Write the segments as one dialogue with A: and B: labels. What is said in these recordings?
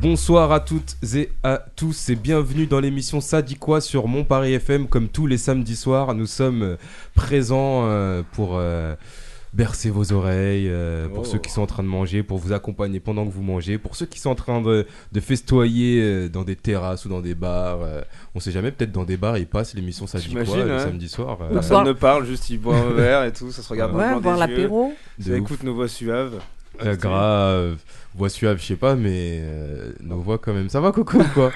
A: Bonsoir à toutes et à tous et bienvenue dans l'émission Ça dit quoi sur Mon Paris FM comme tous les samedis soirs. Nous sommes euh, présents euh, pour euh, bercer vos oreilles, euh, pour
B: Oh.
A: ceux qui sont en train de manger, pour vous accompagner pendant que vous mangez, pour ceux qui sont en train de, de festoyer euh, dans des terrasses ou dans des bars. euh, on sait jamais, peut-être dans des bars ils passent l'émission Ça dit quoi
B: T'imagines,
A: le
B: ouais.
A: samedi soir. euh,
B: Personne
C: Boire-
B: ne parle, juste ils boivent un verre et tout, ça se regarde dans
C: Ouais,
B: le
C: boire
B: blanc des yeux.
C: l'apéro.
A: de
B: Ça
A: ouf.
B: écoute nos voix suaves.
A: Euh, grave, voix suave, je sais pas, mais euh, nos voix quand même. Ça va, Coco ou quoi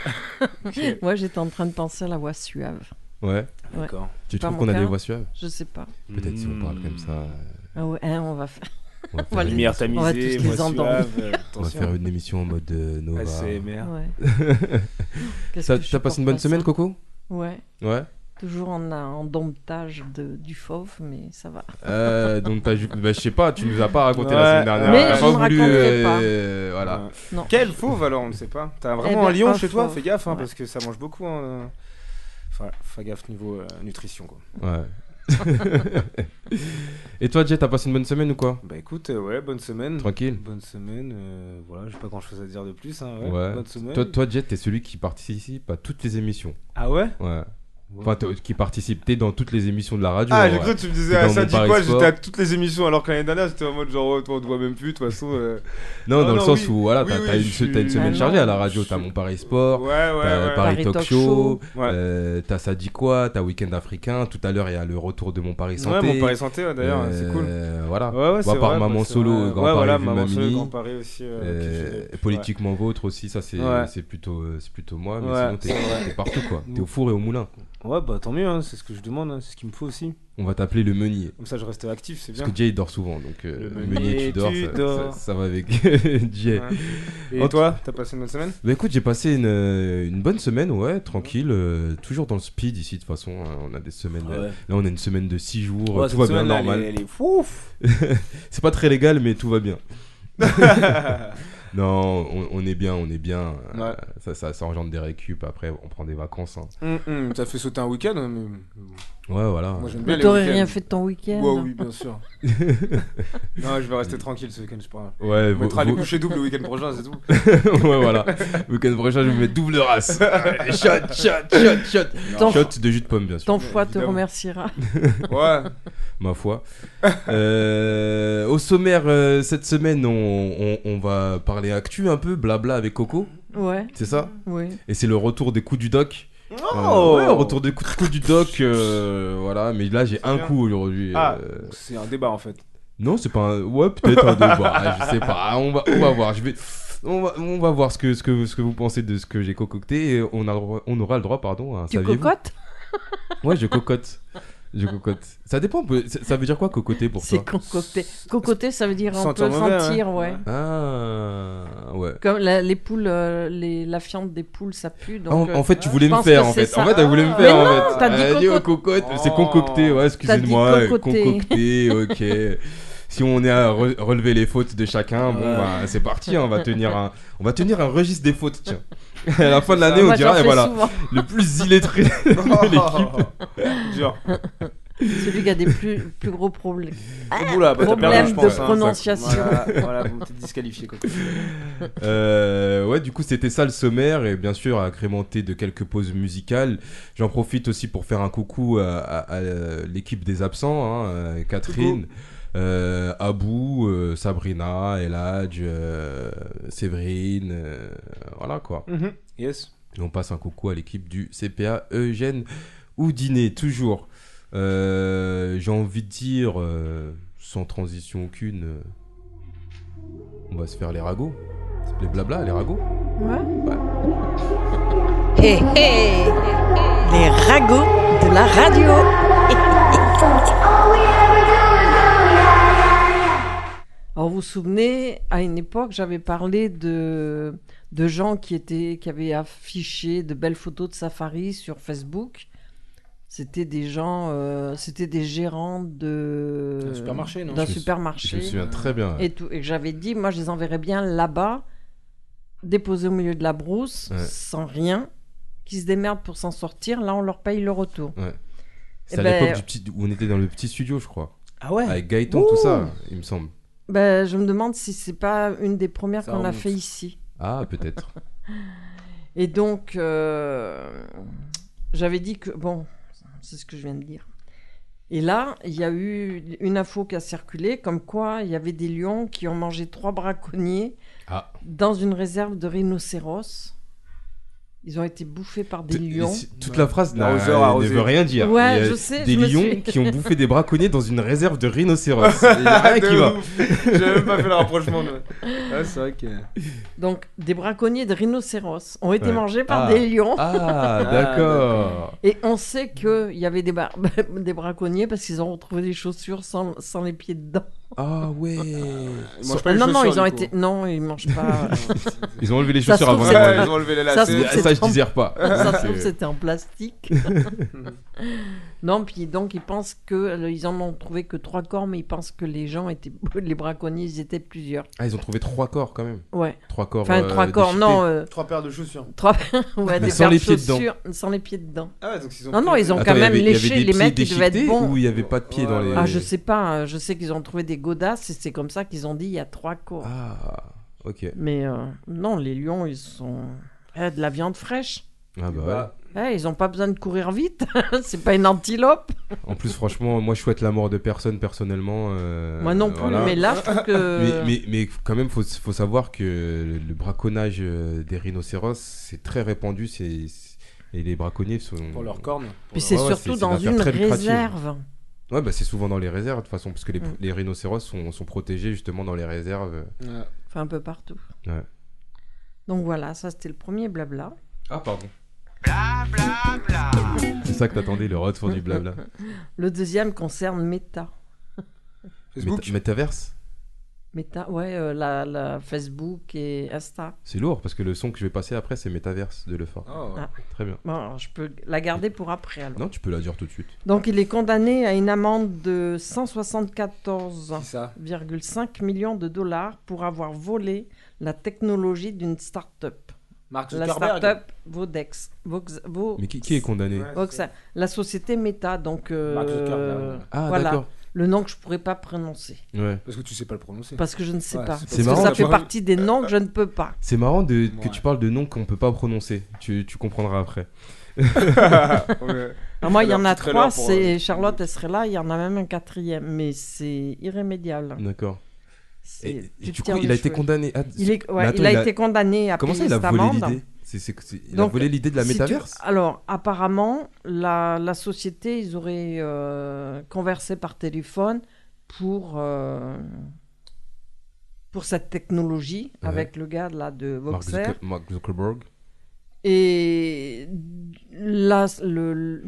C: Moi, j'étais en train de penser à la voix suave.
A: Ouais.
C: Ouais.
B: D'accord.
A: Tu
C: Pas
A: trouves
C: mon
A: qu'on a
C: cas.
A: des voix suaves
C: Je sais pas.
A: Peut-être si on parle comme ça. euh,
C: Ah ouais, hein, on va faire.
A: On va faire,
C: va
A: une,
B: Lumière
C: On va tous
B: tamisée,
C: les
B: voix
C: entendre.
B: suave. euh,
A: on va
B: attention.
A: faire une émission en mode euh,
B: Ah,
A: Nova.
B: ASMR.
C: Ouais. Qu'est-ce
A: Ça-
C: que je
A: T'as passé une bonne
C: supporte
A: semaine,
C: pas
A: Coco
C: ça Ouais.
A: Ouais.
C: Toujours en, en domptage de, du fauve, mais ça va.
A: Euh, donc, t'as ju- bah, je sais pas, tu nous as pas raconté
B: Ouais.
A: la semaine dernière.
B: Mais
A: T'as
B: je
A: pas
C: ne
A: voulu.
C: raconterai
A: euh, Voilà.
B: Ouais.
C: Non.
B: Quel fauve alors, on ne sait pas. T'as vraiment
C: ben,
B: un lion
C: un
B: chez toi,
C: fauve.
B: fais gaffe, hein,
C: Ouais.
B: parce que ça mange beaucoup. hein, euh, Enfin, fais gaffe niveau euh, nutrition quoi.
A: Ouais. Et toi, Jay, t'as passé une bonne semaine ou quoi
B: Bah écoute, euh, ouais, bonne semaine.
A: Tranquille.
B: Bonne semaine, euh, voilà, j'ai pas grand chose à dire de plus. Hein, ouais.
A: Ouais.
B: Bonne semaine.
A: Toi, toi Jet, t'es celui qui participe à toutes les émissions.
B: Ah ouais
A: Ouais. Enfin, t'es- qui participe, t'es dans toutes les émissions de la radio.
B: Ah,
A: en
B: j'ai
A: vrai.
B: cru que tu me disais,
A: T'es
B: ah,
A: dans
B: ça
A: mon
B: dit
A: Paris
B: quoi
A: Sport.
B: J'étais à toutes les émissions, alors que l'année dernière, c'était en mode genre, oh, toi, on te voit même plus, de toute façon. euh,
A: Non, dans
B: Ah
A: le
B: non,
A: sens
B: oui.
A: où voilà,
B: Oui,
A: t'as
B: oui,
A: t'as une,
B: je
A: t'as une
B: suis-
A: semaine
C: Ah
A: chargée
C: non,
A: à la radio,
B: je
A: t'as
B: suis-
A: mon Paris Sport,
B: Ouais, ouais,
A: t'as
B: ouais.
A: Paris,
C: Paris
A: Talk,
C: Talk
A: Show,
C: Show.
B: Ouais.
A: euh, t'as ça dit quoi, t'as Week-end africain. Tout à l'heure, il y a le retour de mon Paris
B: Ouais,
A: Santé.
B: mon Paris Santé, ouais, d'ailleurs, hein,
A: Euh,
B: c'est cool.
A: Voilà.
B: Ouais, ouais,
A: Bon, à
B: c'est
A: part
B: vrai,
A: Maman
B: c'est
A: Solo,
B: vrai.
A: Grand
B: ouais,
A: Paris,
B: voilà,
A: Vive
B: Maman
A: Mamie.
B: Solo, Grand Paris aussi. euh,
A: Euh,
B: qui fait-
A: politiquement vôtre aussi, ça c'est
B: Ouais.
A: c'est plutôt, euh, c'est plutôt moi, mais
B: Ouais,
A: sinon t'es
B: c'est vrai.
A: t'es partout quoi. T'es au four et au moulin.
B: Ouais. Ouais, bah tant mieux, hein, c'est ce que je demande, hein, c'est ce qu'il me faut aussi.
A: On va t'appeler le meunier.
B: Comme ça, je reste actif, c'est bien.
A: Parce que Jay il dort souvent, donc euh,
B: Le
A: meunier, tu dors,
B: tu
A: ça,
B: dors.
A: ça- ça va avec Jay.
B: Ouais. Et
A: En-
B: toi, t'as passé une bonne semaine
A: Bah écoute, j'ai passé une, euh, une bonne semaine, ouais, tranquille, euh, toujours dans le speed ici de toute façon, hein, on a des semaines, euh, là on a une semaine de 6 jours, euh, tout va bien, normal.
B: Elle est fouf
A: C'est pas très légal, mais tout va bien. Non, on, on est bien, on est bien, euh,
B: Ouais.
A: ça, ça, ça engendre des récup, après on prend des vacances. hein.
B: Hum, hum, T'as fait sauter un week-end, hein, mais
A: Ouais, voilà.
B: moi j'aime bien
C: Mais
B: les
C: t'aurais
B: week-ends.
C: rien fait de ton week-end hein.
B: Ouais, oui, bien sûr. non, je vais rester tranquille ce week-end, je parle.
A: Ouais,
B: On
A: vous,
B: mettra les
A: vous-
B: couchers doubles le week-end prochain, c'est tout.
A: ouais, voilà. Week-end prochain, je vais me mettre double race. Allez, shot, shot, shot, shot.
C: Ton,
A: Shot de jus de pomme, bien sûr.
C: ton foie te
B: Évidemment.
C: remerciera.
B: Ouais.
A: ma foi. Euh, au sommaire, euh, cette semaine, on, on- on va parler actu un peu, blabla avec Coco,
C: Ouais,
A: c'est ça
C: oui.
A: Et c'est le retour des coups du doc. Euh,
B: Oh
A: ouais, retour des coups, coups du doc, euh, voilà. Mais là, j'ai
B: C'est
A: un
B: bien.
A: coup aujourd'hui.
B: Ah.
A: euh,
B: C'est un débat en fait.
A: Non, c'est pas un... Ouais, peut-être un débat, je sais pas. Ah, On va, on va voir, je vais... On va, on va voir ce que, ce, que, ce que vous pensez de ce que j'ai concocté et on, a, le droit- on aura le droit, pardon, à...
C: Tu
A: saviez-vous
C: cocottes
A: Ouais, je cocotte. Je cocotte. Ça dépend, peut- ça ça veut dire quoi cocoter pour
C: C'est
A: toi
C: concocté. Cocoter, ça veut dire on
B: Sentir
C: peut
B: mauvais,
C: sentir,
B: hein.
C: ouais.
B: Ouais.
A: Ah, ouais.
C: Comme la- les poules, euh, les, la fiande des poules, ça pue.
A: Ah, en,
C: Donc, euh,
A: en fait, tu voulais
C: je
A: me
C: pense
A: faire,
C: que
A: en fait.
C: c'est
A: En
C: ça.
A: fait, elle voulait me
B: Ah.
A: faire,
C: Mais
A: en
C: non,
A: fait.
C: t'as dit
A: Elle dit, oh, cocotte. C'est concocté, ouais, excusez-moi. euh,
C: cocoté.
A: Concocté, ok. Si on est à re- relever les fautes de chacun, bon,
B: Ouais.
A: bah, c'est parti, hein, on va tenir un, on va tenir un registre des fautes, tiens. À la fin de l'année,
C: moi,
A: on
C: j'en
A: dira, et
C: fais
A: voilà,
C: souvent.
A: le plus illettré.
B: l'équipe. Dur.
C: Celui qui a des plus, plus gros problèmes.
B: Oula, bah, t'as
C: Ah, Problème
B: perdu, je
C: de
B: pense. hein.
C: prononciation.
B: Voilà, voilà, bon, t'es disqualifié. Quoi.
A: Euh, ouais, du coup, c'était ça le sommaire, et bien sûr, agrémenté de quelques pauses musicales. J'en profite aussi pour faire un coucou à, à- à l'équipe des absents, hein, euh, Catherine, euh, Abou, euh, Sabrina, Eladj, euh, Séverine, euh, voilà quoi.
C: Mhm.
B: Yes.
A: Et on passe un coucou à l'équipe du CPA Eugène Houdinet, toujours. Euh, J'ai envie de dire, euh, sans transition aucune, euh, on va se faire les ragots. Les blabla, les ragots.
C: Ouais.
D: Hé hé Les ragots de la radio
C: Alors vous vous souvenez, à une époque, j'avais parlé de, de gens qui, étaient, qui avaient affiché de belles photos de safari sur Facebook. C'était des gens, euh, c'était des gérants de
B: D'un supermarché, non
C: d'un
A: Je me sou- Je
C: supermarché.
A: me souviens très bien.
C: et tout. Et j'avais dit, moi, je les enverrais bien là-bas, déposés au milieu de la brousse,
A: Ouais.
C: sans rien, qui se démerdent pour s'en sortir. Là, on leur paye le retour.
A: C'est à
C: eh ben-
A: l'époque du petit- où on était dans le petit studio, je crois.
B: Ah ouais
A: Avec Gaëtan, tout ça, il me semble.
C: Ben, je me demande si c'est pas une des premières
B: Ça
C: qu'on a
B: remonte.
C: fait ici.
A: Ah, peut-être.
C: Et donc, euh, j'avais dit que bon, c'est ce que je viens de dire. Et là, il y a eu une info qui a circulé, comme quoi il y avait des lions qui ont mangé trois braconniers
A: Ah.
C: dans une réserve de rhinocéros. Ils ont été bouffés par des
A: T-
C: lions.
A: c'est- Toute la phrase n'a-
B: Arroseur arrosé.
A: ne veut rien dire.
C: Ouais,
A: Il y a
C: je sais,
A: Des
C: je me
A: lions
C: suis-
A: qui ont bouffé des braconniers dans une réserve de rhinocéros. Il y a rien qui
B: Ah, De
A: va.
B: ouf. J'avais même pas fait le rapprochement. De... Ah, c'est vrai que.
C: Donc, des braconniers de rhinocéros ont été
A: Ouais.
C: mangés par
A: Ah.
C: des lions.
A: Ah, d'accord.
C: Et on sait qu'il y avait des, bar- des braconniers parce qu'ils ont retrouvé des chaussures sans, sans les pieds dedans.
A: Ah ouais.
B: Ils mangent pas les
C: non, non,
B: chaussures,
C: ils ont
B: du coup.
C: été. Non, ils mangent pas.
A: Ils ont enlevé les
C: Ça se
A: chaussures avant.
C: trouve,
A: de
C: c'est-
B: Ouais,
A: manger.
B: ils ont enlevé les
C: Ça se
B: lacets.
C: trouve,
A: Ça, je
C: c'est-
A: disère pas.
C: Ça se trouve,
A: C'est-
C: c'était en plastique. non, puis donc ils pensent que euh, ils en ont trouvé que trois corps, mais ils pensent que les gens étaient les braconniers, ils étaient plusieurs.
A: Ah, ils ont trouvé trois corps quand même.
C: Ouais.
A: Trois corps.
C: Enfin,
A: euh,
C: trois corps,
A: déchiquetés.
C: non, euh,
B: Trois paires de chaussures.
C: trois. ouais, des
A: sans
C: paires
A: les
C: de
A: pieds dedans.
C: chaussures, sans les pieds dedans.
B: Ah ouais, donc ils ont.
C: Non, non,
B: pris-
C: ils ont
A: Attends,
C: quand
A: il y
C: même
A: avait- il y
C: léché,
A: avait des
C: les
A: pieds
C: mecs, ils devaient être
A: déchiquetés
C: bons.
A: Ou il n'y avait pas de pieds dans les.
B: Ouais.
C: Ah, je sais pas. hein, Je sais qu'ils ont trouvé des godasses et c'est comme ça qu'ils ont dit il y a trois corps.
A: Ah, ok.
C: Mais euh, non, les lions, ils sont Eh, de la viande fraîche.
A: Ah bah ouais.
C: Eh, ils n'ont pas besoin de courir vite, c'est pas une antilope.
A: En plus, franchement, moi je souhaite la mort de personne personnellement. euh,
C: Moi non plus,
A: voilà.
C: mais euh, là je trouve que.
A: Mais, mais, mais quand même, faut, faut savoir que le braconnage euh, des rhinocéros, c'est très répandu. c'est c'est- Et les braconniers sont.
B: Pour leurs cornes.
C: Puis
A: Ouais,
C: c'est
A: ouais, c'est-
C: surtout
A: c'est
C: dans
A: une affaire
C: une
A: très lucrative.
C: réserve.
A: Ouais, bah c'est souvent dans les réserves de toute façon, parce que les,
C: Mm.
A: les rhinocéros sont, sont protégés justement dans les réserves. euh.
B: Ouais.
C: Enfin, un peu partout.
A: Ouais.
C: Donc voilà, ça c'était le premier blabla.
A: Ah, pardon. C'est ça que t'attendais, le retour du blabla.
C: Le deuxième concerne Meta.
A: Meta-
B: Facebook.
A: Metaverse
C: Meta, ouais, euh, la, la Facebook et Insta.
A: C'est lourd parce que le son que je vais passer après c'est Metaverse de Lefort.
B: Oh, ouais.
C: Ah.
A: Très bien.
C: Bon, alors, je peux la garder pour après alors.
A: Non, tu peux la dire tout de suite.
C: Donc il est condamné à une amende de
B: Qui
C: 174,5
B: ça
C: millions de dollars pour avoir volé la technologie d'une start-up.
B: Mark
C: La
B: Zuckerberg.
C: start-up Vodex. Vox, Vo-
A: Mais qui, qui est condamné
B: Ouais,
C: Vox- la société Meta, donc euh,
B: Mark Zuckerberg.
A: Ah,
C: voilà.
A: d'accord.
C: le nom que je pourrais pas prononcer
A: Ouais.
B: Parce que tu sais pas le prononcer.
C: parce que je ne sais
B: Ouais,
C: pas.
B: c'est
C: Parce
A: pas-
C: que
A: marrant,
C: ça
B: tu
C: fait
B: vois.
C: partie des noms que je ne peux
B: Euh,
C: pas.
A: C'est marrant de, que
B: Ouais.
A: tu parles de noms qu'on peut pas prononcer. Tu, tu comprendras après.
B: Ouais.
C: Alors moi, il y en a
B: Petit trailer
C: trois,
B: pour,
C: c'est
B: euh,
C: Charlotte, elle serait là, il y en a même un quatrième, mais c'est irrémédiable.
A: D'accord.
C: C'est-
A: Mm. Et,
C: tu te
A: et du coup,
C: tires
A: il
C: les
A: a été
C: cheveux.
A: condamné. à-
C: Il, est- ouais,
A: Mais attends,
C: il a été condamné à
A: Comment ça,
C: payer
A: il a
C: cette
A: volé
C: amende.
A: l'idée C'est- c'est- c'est- Il a
C: Donc,
A: volé l'idée de la
C: Si tu-
A: Metaverse
C: Alors, apparemment, la, la société, ils auraient euh, conversé par téléphone pour, euh, pour cette technologie
A: Ouais.
C: avec le gars là, de
A: Mark,
C: Voxer.
A: Zucker- Mark Zuckerberg.
C: Et là, le, le-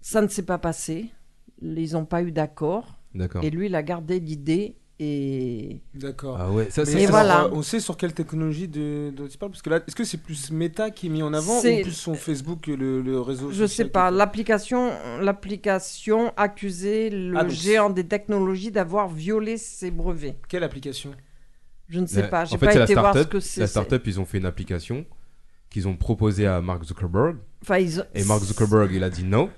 C: ça ne s'est pas passé. Ils n'ont pas eu d'accord.
A: D'accord.
C: Et lui, il a gardé l'idée. Et
B: D'accord.
A: Ah ouais, ça
B: Mais
A: c'est.
C: Et
B: alors,
C: voilà.
B: euh, on sait sur quelle technologie de, dont il parle Parce que là, est-ce que c'est plus Meta qui est mis en avant ou
C: C'est-
B: plus son Facebook, le, le réseau
C: je
B: social
C: sais
B: qui-
C: pas, l'application, l'application accusait le
B: Ah, donc-
C: géant des technologies d'avoir violé ses brevets.
B: Quelle application
C: Je ne sais
A: Ouais.
C: pas, j'ai
A: En fait,
C: pas
A: c'est la
C: été voir ce
A: start-up-
C: que c'est.
A: La startup, ils ont fait une application qu'ils ont proposée à Mark Zuckerberg.
C: Enfin, ils ont-
A: Et Mark Zuckerberg, il a dit non.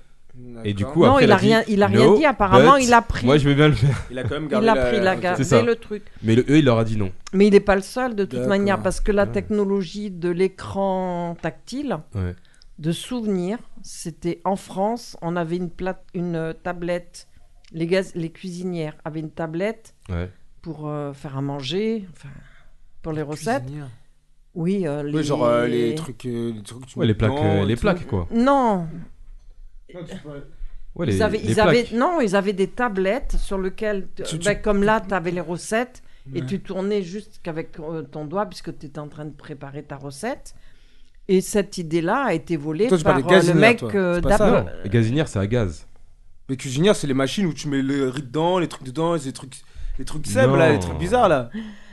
A: Et du coup,
C: Non,
A: après,
C: il a
A: dit,
C: rien, il a rien
A: no,
C: dit. Apparemment,
A: but
C: il a pris,
A: Moi, je vais bien le faire.
B: il a quand même
C: il a pris la
A: C'est ça.
C: gardé le truc.
A: Mais le, eux, il leur a dit non.
C: Mais il n'est pas le seul de toute
B: D'accord.
C: manière parce que la
A: Ouais.
C: technologie de l'écran tactile,
A: Ouais.
C: de souvenir, c'était en France, on avait une plate, une euh, tablette. Les, gaz- les cuisinières avaient une tablette
A: Ouais.
C: pour euh, faire à manger, enfin, pour les recettes. Oui, euh, les...
B: Oui, genre euh, les trucs, euh, les trucs. que tu
A: Ouais,
B: mets
A: les plaques,
B: dedans
A: euh,
B: et
A: les
B: tout.
A: plaques quoi.
C: Non,
A: Ouais,
C: Ils
A: les,
C: avaient,
A: les
C: ils
A: plaques.
C: avaient- non, ils avaient des tablettes sur lesquelles, tu-
B: Tu- tu-
C: ben, comme là, tu avais les recettes et
B: Ouais.
C: tu tournais juste qu'avec euh, ton doigt puisque tu étais en train de préparer ta recette. Et cette idée-là a été volée
B: Toi, tu
C: par
B: parles des
C: euh, le
B: gazinières,
C: mec
B: toi.
C: euh,
B: C'est pas ça,
C: d'Apple.
A: Non, les gazinières, c'est à gaz.
B: Les cuisinières, c'est les machines où tu mets le riz dedans, les trucs dedans, et ces trucs. Les trucs Seb, là, les
A: Non.
B: trucs bizarres, là.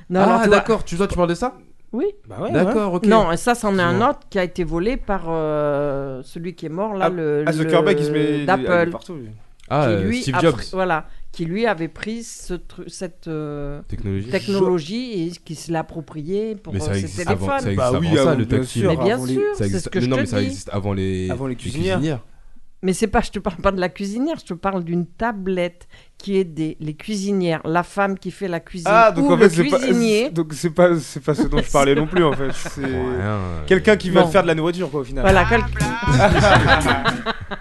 C: Non, alors,
A: ah
C: tu vois-
A: d'accord, tu, toi, tu parles de ça
C: Oui.
B: Bah ouais.
A: D'accord, ok.
C: Non, et ça, c'en est un
A: Excuse-moi.
C: autre qui a été volé par euh, celui qui est mort là,
B: Ah,
C: le,
B: Ah,
C: le-
B: Zuckerberg, il se met il est
C: d'Apple,
B: partout. lui.
A: Ah,
C: qui
A: euh,
C: lui
A: Steve
C: a
A: Jobs.
C: pris- voilà, qui lui avait pris ce tru- cette euh,
A: Technologie.
C: technologie et qui se l'a appropriée pour
A: Mais
C: euh,
A: ça
C: ses
A: existe avant,
C: téléphones.
A: ça existe
B: Bah
A: avant
B: oui,
A: ça,
B: avant,
A: le
B: bien
A: tactile.
B: sûr,
C: mais bien
B: avant les-
C: sûr,
A: Ah, Ça
C: c'est
A: existe-
C: ce que
A: mais
C: je
A: non,
C: te
A: mais ça
C: dis.
A: existe avant les,
B: Avant les
A: les
B: cuisinières.
C: Mais c'est pas, je te parle pas de la cuisinière, je te parle d'une tablette qui est des les cuisinières, la femme qui fait la cuisine
B: Ah, donc
C: ou
B: en fait,
C: le
B: c'est pas,
C: cuisinier.
B: c'est- donc c'est pas, c'est pas ce dont je parlais non plus, en fait. C'est
A: Pour rien.
B: quelqu'un qui va
C: Bon.
B: te faire de la nourriture, quoi, au final.
C: Voilà, quel-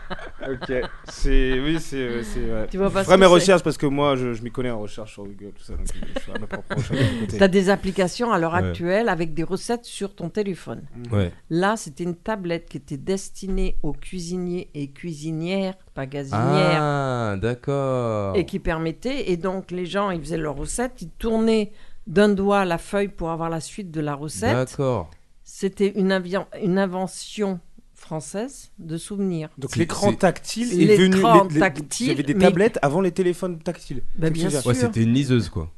B: Ok, c'est oui, c'est euh, c'est ouais.
C: Tu vois pas ce
B: Ferai
C: que
B: mes
C: c'est.
B: recherches parce que moi je, je m'y connais en recherche sur Google tout ça donc euh, je ferai ma propre recherche de mon côté.
C: t'as des applications à l'heure
A: Ouais.
C: actuelle avec des recettes sur ton téléphone.
A: Ouais.
C: Là, c'était une tablette qui était destinée aux cuisiniers et cuisinières, pas gazinières,
A: Ah, d'accord.
C: et qui permettait. Et donc, les gens, ils faisaient leur recette, ils tournaient d'un doigt la feuille pour avoir la suite de la recette.
A: D'accord.
C: C'était une, avian- une invention française de souvenir.
B: Donc
A: C'est-
B: l'écran
A: c'est-
B: tactile est
C: L'écran
B: venu les- les-
C: tactile,
B: il y avait des
C: mais-
B: tablettes avant les téléphones tactiles.
C: Bah,
B: C'est
C: bien
B: bizarre.
C: sûr.
A: Ouais, c'était une liseuse quoi.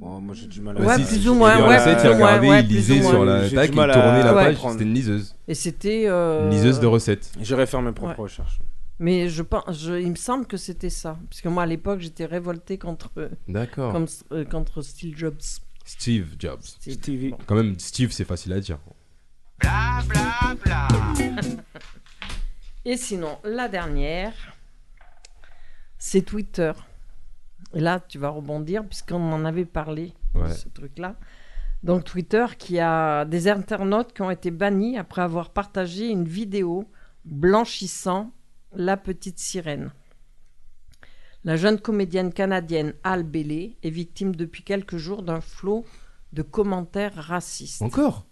B: Oh, moi j'ai du mal à
C: Ouais,
A: si,
C: plus
A: si,
C: ou
A: tu
C: moins,
A: regardais
C: ouais,
A: la scène,
C: plus
A: tu
C: ou moins,
A: regardais,
C: ouais,
A: il
C: plus
A: lisait
C: ou moins.
A: sur la
B: J'ai
A: tac,
B: du
A: il
B: mal à
A: tournait la page,
B: comprendre.
A: c'était une liseuse.
C: Et c'était. euh,
A: Une liseuse de recettes.
B: J'irai faire mes propres
C: Ouais.
B: recherches.
C: Mais je pense, je- il me semble que c'était ça. Parce que moi, à l'époque, j'étais révoltée contre, euh,
A: D'accord.
C: comme- euh, contre Steve Jobs.
A: Steve Jobs.
C: Steve-
B: Stevie.
C: bon.
A: Quand même, Steve, c'est facile à dire.
C: Et sinon, la dernière, c'est Twitter. Et là, tu vas rebondir puisqu'on en avait parlé
A: Ouais.
C: de ce truc-là. Donc Twitter qui a des internautes qui ont été bannis après avoir partagé une vidéo blanchissant la petite sirène. La jeune comédienne canadienne Al Bailey est victime depuis quelques jours d'un flot de commentaires racistes.
A: Encore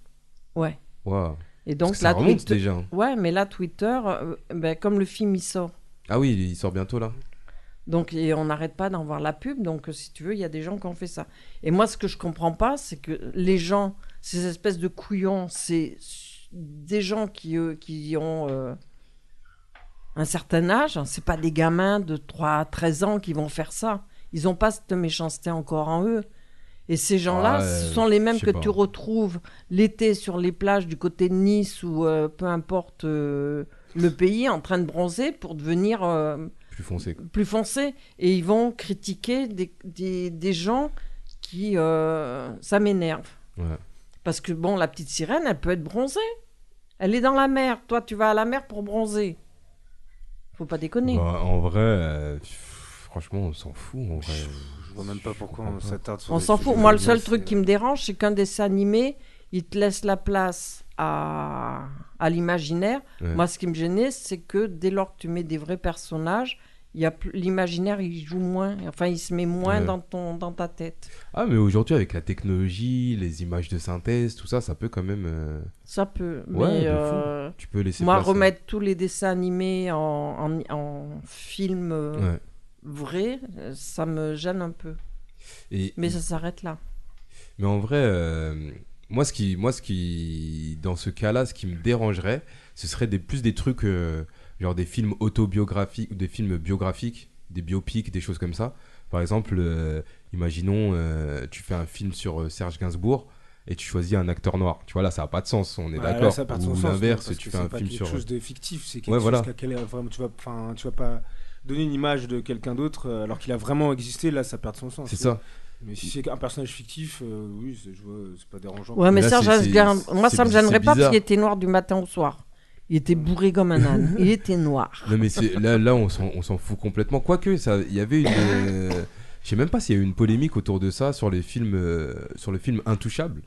C: Ouais.
A: Waouh.
C: Et
A: Parce
C: donc
A: que ça
C: là,
A: remonte
C: Twitter-
A: déjà. hein.
C: ouais, mais là Twitter, euh, ben, comme le film il sort
A: Ah oui, il sort bientôt là.
C: Donc, et on n'arrête pas d'en voir la pub. Donc, euh, si tu veux, il y a des gens qui ont fait ça. Et moi, ce que je comprends pas, c'est que les gens, ces espèces de couillons, c'est s- des gens qui, euh, qui ont euh, un certain âge. hein. C'est pas des gamins de 3 à 13 ans qui vont faire ça. Ils ont pas cette méchanceté encore en eux. Et ces gens-là,
A: Ah, euh,
C: ce sont les mêmes
A: je sais
C: que
A: pas.
C: tu retrouves l'été sur les plages du côté de Nice ou euh, peu importe euh, le pays en train de bronzer pour devenir. euh,
A: Plus foncé. quoi.
C: plus foncés et ils vont critiquer des, des- des gens qui euh, ça m'énerve
A: Ouais.
C: parce que bon la petite sirène elle peut être bronzée elle est dans la mer toi tu vas à la mer pour bronzer faut pas déconner
A: Bah, en vrai, euh, pff, franchement, on s'en fout. En vrai.
B: Je vois même pas pourquoi
A: comprends
B: on
A: pas.
B: s'attarde sur
C: on
B: des
C: s'en
B: sujets
C: fout moi le
B: comme
C: seul
B: ça,
C: truc
B: c'est-
C: qui me dérange c'est qu'un dessin animé il te laisse la place à, à l'imaginaire
A: Ouais.
C: moi ce qui me gênait c'est que dès lors que tu mets des vrais personnages il y a plus- l'imaginaire il joue moins enfin il se met moins
A: Ouais.
C: dans ton dans ta tête
A: Ah, mais aujourd'hui, avec la technologie, les images de synthèse, tout ça, ça peut quand même. euh,
C: Ça peut.
A: Ouais, de
C: mais
A: fou.
C: euh,
A: tu peux laisser.
C: moi,
A: place à-
C: remettre tous les dessins animés en, en, en film euh,
A: Ouais.
C: vrai, euh, ça me gêne un peu.
A: Et,
C: Mais ça s'arrête là.
A: Mais en vrai, euh, moi, ce qui, moi, ce qui, dans ce cas-là, ce qui me dérangerait, ce serait des, plus des trucs, euh, genre des films autobiographiques ou des films biographiques, des biopics, des choses comme ça. Par exemple, euh, imaginons, euh, tu fais un film sur euh, Serge Gainsbourg et tu choisis un acteur noir. Tu vois, là, ça n'a pas de sens, on est
B: Ouais, Bah, là,
A: d'accord.
B: ça a pas de
A: Ou
B: sens,
A: l'inverse,
B: parce
A: tu
B: que
A: fais
B: c'est
A: un
B: pas
A: film
B: quelque
A: sur.
B: chose de fictif, c'est quelque
A: Ouais,
B: chose
A: voilà.
B: qu'à quel- vraiment, tu vas, enfin, tu vas pas donner une image de quelqu'un d'autre euh, alors qu'il a vraiment existé. Là, ça perd son sens.
A: C'est ça.
B: Mais si c'est un personnage fictif, euh, oui, c'est je vois, c'est pas dérangeant.
C: Ouais, mais,
A: là,
C: Serge
A: c'est-
C: Asgard,
A: c'est-
C: moi,
A: c'est
C: ça me
A: bi-
C: gênerait
A: c'est
C: pas parce
A: bizarre.
C: qu'il était noir du matin au soir. Il était bourré comme un âne. Il était noir.
A: Non, mais c'est- là, là, on s'en on s'en fout complètement. Quoique, ça- il y avait une. euh, je sais même pas s'il y a eu une polémique autour de ça sur les films, euh, sur le film Intouchable,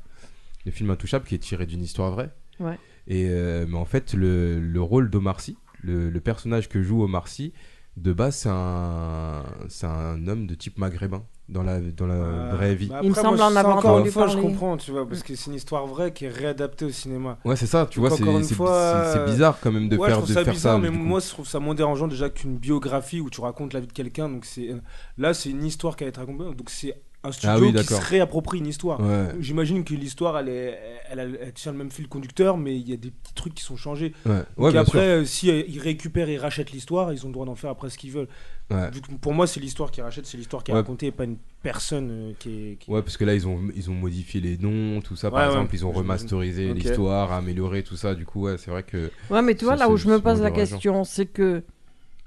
A: le film Intouchable qui est tiré d'une histoire vraie.
C: Ouais.
A: Et euh, mais en fait, le, le rôle d'Omar Sy, le, le personnage que joue Omar Sy, de base, c'est un, c'est un homme de type maghrébin dans la dans la
B: Euh,
A: vraie vie.
B: bah
C: Il me
B: après,
C: semble
B: moi,
C: en
B: ça,
C: avoir
B: encore
C: entendu
B: une fois, je
C: parler. Mm.
B: comprends, tu vois, parce que c'est une histoire vraie qui est réadaptée au cinéma.
A: Ouais, c'est ça. Tu
B: Donc,
A: vois, c'est
B: encore une
A: c'est-
B: fois,
A: c'est- c'est bizarre quand même de
B: ouais,
A: faire
B: je trouve
A: de
B: ça
A: faire
B: bizarre,
A: ça.
B: mais
A: du coup.
B: moi, je trouve ça moins dérangeant déjà qu'une biographie où tu racontes la vie de quelqu'un. Donc c'est là, c'est une histoire qui a été racontée. Donc c'est un studio
A: Ah oui,
B: qui
A: d'accord.
B: se réapproprie une histoire.
A: Ouais.
B: J'imagine que l'histoire, elle, est, elle, a- elle tient le même fil conducteur, mais il y a des petits trucs qui sont changés.
A: Ouais,
B: Donc
A: ouais, bien
B: après,
A: sûr.
B: euh, si euh, ils récupèrent et rachètent l'histoire, ils ont le droit d'en faire après ce qu'ils veulent.
A: Ouais.
B: Du coup, pour moi, c'est l'histoire qui rachète, c'est l'histoire qui est
A: Ouais.
B: racontée, et pas une personne euh, qui est. qui-
A: Ouais, parce que là, ils ont, ils ont modifié les noms, tout ça.
B: Ouais,
A: Par
B: ouais,
A: exemple, ils ont
B: j'imagine.
A: remasterisé
B: Ok.
A: l'histoire, amélioré tout ça. Du coup, ouais, c'est vrai que.
C: Ouais, mais tu vois,
A: Ça,
C: là où
A: c'est-
C: je me
A: c'est
C: pose la
A: vraiment dérageant.
C: question, c'est que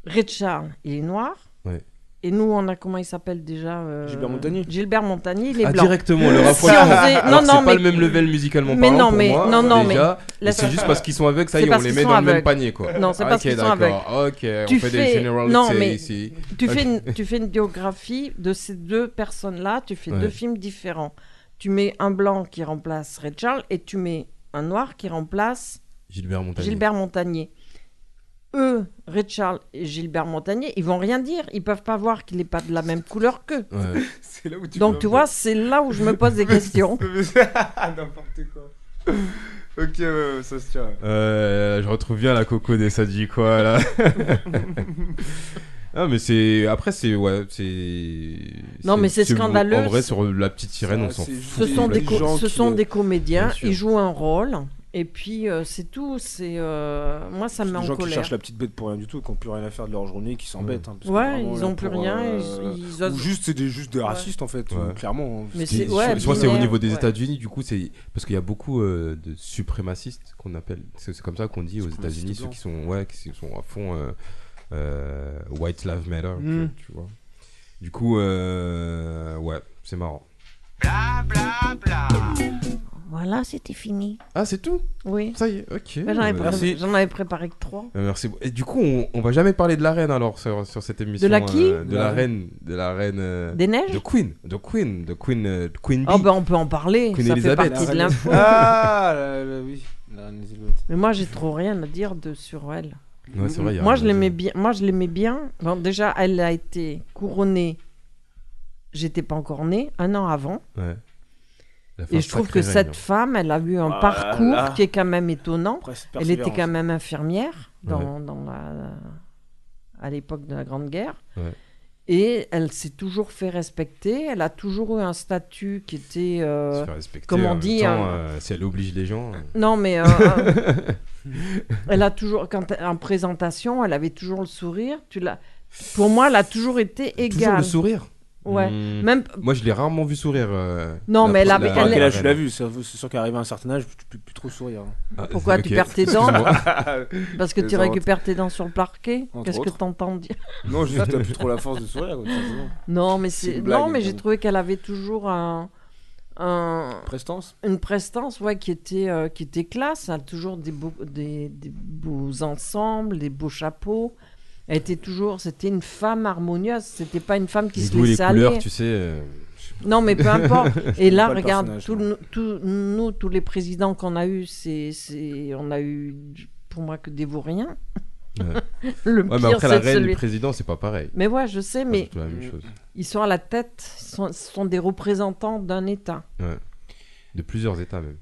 C: Richard, il est noir.
A: Ouais.
C: Et nous, on a comment il s'appelle déjà euh,
B: Gilbert Montagnier.
C: Gilbert Montagnier, il est
A: Ah,
C: blanc.
A: directement, le
C: Si
A: rapprochement.
C: on faisait-
A: Alors,
C: non,
A: c'est
C: non,
A: pas
C: mais-
A: le même level musicalement
C: Mais
A: parlant
C: non,
A: pour
C: mais-
A: moi,
C: non, non, mais-
A: déjà.
C: La-
A: Et C'est juste parce qu'ils sont aveugles, ça y
C: C'est
A: est, on
C: parce
A: les
C: qu'ils
A: met
C: sont
A: dans le même
C: aveugles.
A: panier, quoi. Ah,
C: Non, c'est parce
A: Ok,
C: qu'ils sont
A: d'accord. Ok, on
C: Tu
A: fait
C: fais-
A: des generalités
C: non, mais-
A: ici.
C: Tu, fais une, tu fais une biographie de ces deux personnes-là, tu fais
A: Ouais.
C: deux films différents. Tu mets un blanc qui remplace Ray Charles et tu mets un noir qui remplace
A: Gilbert Montagnier.
C: Gilbert Montagnier. Eux, Ray Charles et Gilbert Montagnier, ils vont rien dire. Ils peuvent pas voir qu'il n'est pas de la même couleur qu'eux.
A: Ouais.
B: C'est là où
C: Donc tu vois, c'est là où je me pose des questions.
B: N'importe quoi. ok, ouais, ouais, ça se tient.
A: Euh, je retrouve bien la coco des Sadji, quoi, là. Ah mais c'est après c'est ouais c'est
C: Non, mais c'est scandaleux.
A: en vrai sur la petite sirène on s'en
B: C'est-
A: fout
C: Ce sont des, co-
B: gens
C: ce
B: qui,
C: sont
B: euh,
C: des comédiens,
A: bien sûr.
C: ils jouent un rôle, et puis euh, c'est tout. C'est euh, moi ça me
B: Des
C: met en
B: gens qui
C: colère.
B: cherchent la petite bête pour rien du tout, qui n'ont plus rien à faire de leur journée, qui s'embêtent. hein, parce que
C: Ouais,
B: vraiment,
C: ils
B: là,
C: ont plus
B: pour,
C: rien,
B: euh,
C: ils, ils
B: Ou
C: osent-
B: juste, c'est des, juste des racistes en fait,
A: Ouais.
B: euh, clairement. hein,
C: Mais
B: parce que-
C: c'est-
A: Je-
C: ouais,
A: je pense que c'est au
C: binaire,
A: niveau des
C: ouais.
A: États-Unis, du coup, c'est parce qu'il y a beaucoup euh, de suprémacistes qu'on appelle. C'est c'est comme ça qu'on dit aux
B: Suprémacistes
A: États-Unis, ceux
B: blancs.
A: qui sont, ouais, qui sont à fond euh, euh, White Lives Matter, tu-
B: Mm.
A: tu, vois. Du coup, euh, ouais, c'est marrant.
E: Voilà, c'était fini.
A: Ah, c'est tout
C: Oui.
A: Ça y est, ok.
C: Mais Bah, J'en avais,
A: Euh,
C: préparé-
A: merci.
C: j'en avais préparé que trois.
A: Euh, Merci. beaucoup. Et du coup, on, on va jamais parler de la reine alors sur, sur cette émission.
C: De la qui Bah
A: euh, De la reine, de la reine. euh,
C: Des neiges
A: de Queen, de Queen, de Queen, euh, de Queen
C: Oh
A: Bee.
C: ben on peut en parler.
A: Queen
C: ça
A: Elizabeth.
C: fait partie de
B: La reine-
C: l'info.
B: Ah, là, là, oui. La reine Elisabeth.
C: Mais moi j'ai trop rien à dire de sur elle.
A: Ouais, c'est vrai, il y a
C: Moi
A: rien
C: je
A: à
C: l'aimais bien.
A: dire.
C: Moi je l'aimais bien. Bon, déjà elle a été couronnée. J'étais pas encore née un an avant.
A: Ouais. Elle a fait un
C: Et je trouve
A: sacré
C: que
A: règne, hein.
C: cette femme, elle a eu un
B: Voilà.
C: parcours qui est quand même étonnant.
B: Après, c'est
C: Elle était quand
B: persévérance.
C: même infirmière dans, dans la, à l'époque de la Grande Guerre.
A: Ouais.
C: Et elle s'est toujours fait respecter. Elle a toujours eu un statut qui était... euh,
A: se faire respecter.
C: comment
A: en même
C: dit,
A: temps,
C: hein.
A: euh, si elle oblige les gens. euh,
C: Non, mais euh, euh, elle a toujours, quand elle- en présentation, elle avait toujours le sourire. Tu l'as. Pour moi, elle a toujours été
A: Toujours
C: égale.
A: le sourire.
C: ouais.
A: Mmh.
C: Même
A: Moi, je l'ai rarement vu sourire. euh,
C: Non, mais elle avait-
B: À
C: elle-
B: quel âge tu l'as
A: reine.
B: vu C'est c'est sûr qu'arrivé à un certain âge, tu peux plus trop sourire. hein.
A: Ah,
C: Pourquoi
A: ok.
C: tu perds tes dents hein,
A: Excuse-moi.
C: parce que
B: Les
C: tu
B: autres.
C: récupères tes dents sur le parquet.
B: Entre
C: Qu'est-ce que
B: autres.
C: t'entends dire
B: Non, juste t'as plus trop la force de sourire. quoi, tout simplement.
C: Non, mais
B: C'est
C: c'est
B: une blague,
C: non, mais j'ai
B: évidemment.
C: trouvé qu'elle avait toujours un, un-
B: Prestance.
C: une prestance, ouais, qui était euh, qui était classe. Elle a toujours des beaux des, des beaux ensembles, des beaux chapeaux. Elle était toujours, c'était une femme harmonieuse. C'était pas une femme qui
A: Les
C: se
A: goûts et les
C: laissait
A: couleurs,
C: aller.
A: tu sais. euh,
C: Non, mais peu importe. Et
B: comprends
C: là,
B: pas le
C: regarde,
B: personnage,
C: tous
B: moi.
C: nous- tous nous, tous les présidents qu'on a eu, c'est c'est on a eu pour moi que des vauriens.
A: Ouais.
C: Le
A: Ouais,
C: pire,
A: mais après, la
C: c'est
A: reine Ah, et
C: celui.
A: le président, c'est pas pareil.
C: Mais ouais, je sais,
A: Pas
C: mais
A: du tout la même chose.
C: ils sont à la tête, ils sont- ce sont des représentants d'un État.
A: De plusieurs états, même.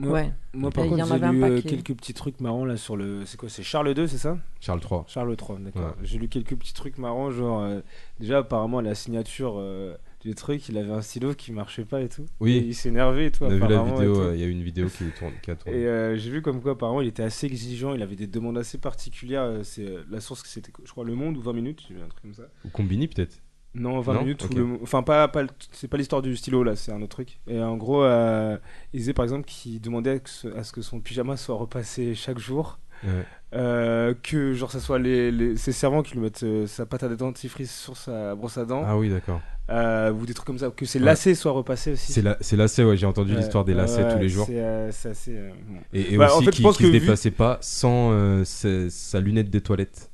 B: Ouais.
C: ouais.
B: Moi, par
C: Et il y
B: contre,
C: en
B: j'ai
C: avait un
B: lu euh,
C: paquet.
B: quelques petits trucs marrants là sur le. C'est quoi C'est Charles II, c'est ça
A: Charles III.
B: Charles III, d'accord.
A: Ouais.
B: J'ai lu quelques petits trucs marrants, genre euh, déjà apparemment la signature euh, du truc, il avait un stylo qui marchait pas et tout.
A: Oui.
B: Et il s'est énervé et tout.
A: On a vu la
B: apparemment, et
A: vidéo,
B: tout.
A: euh, il y a eu une vidéo qui, tourne, qui a tourné.
B: Et euh, j'ai vu comme quoi apparemment il était assez exigeant, il avait des demandes assez particulières. euh, C'est euh, la source que c'était, je crois, Le Monde ou 20 minutes, j'ai vu un truc comme ça.
A: Ou Combini, peut-être
B: Non, 20
A: Non
B: minutes
A: Ok.
B: ou le. Enfin, pas, pas le- c'est pas l'histoire du stylo là, c'est un autre truc. Et en gros, euh, il disait par exemple qu'il demandait que ce- à ce que son pyjama soit repassé chaque jour.
A: Ouais.
B: Euh, que genre ça soit les, les- ses servants qui lui mettent euh, sa pâte à dentifrice sur sa brosse à dents
A: Ah oui, d'accord.
B: euh, ou des trucs comme ça que ses
A: Ouais.
B: lacets soient repassés aussi
A: C'est la- c'est lacets, ouais, j'ai entendu
B: Ouais, Ah
A: l'histoire des lacets
B: ouais,
A: tous les jours.
B: c'est euh, c'est assez euh, bon.
A: Et, et
B: Bah, en
A: aussi
B: fait, je
A: qui,
B: pense
A: qui se
B: que vu-
A: déplaçait pas sans euh, sa- sa lunette des toilettes.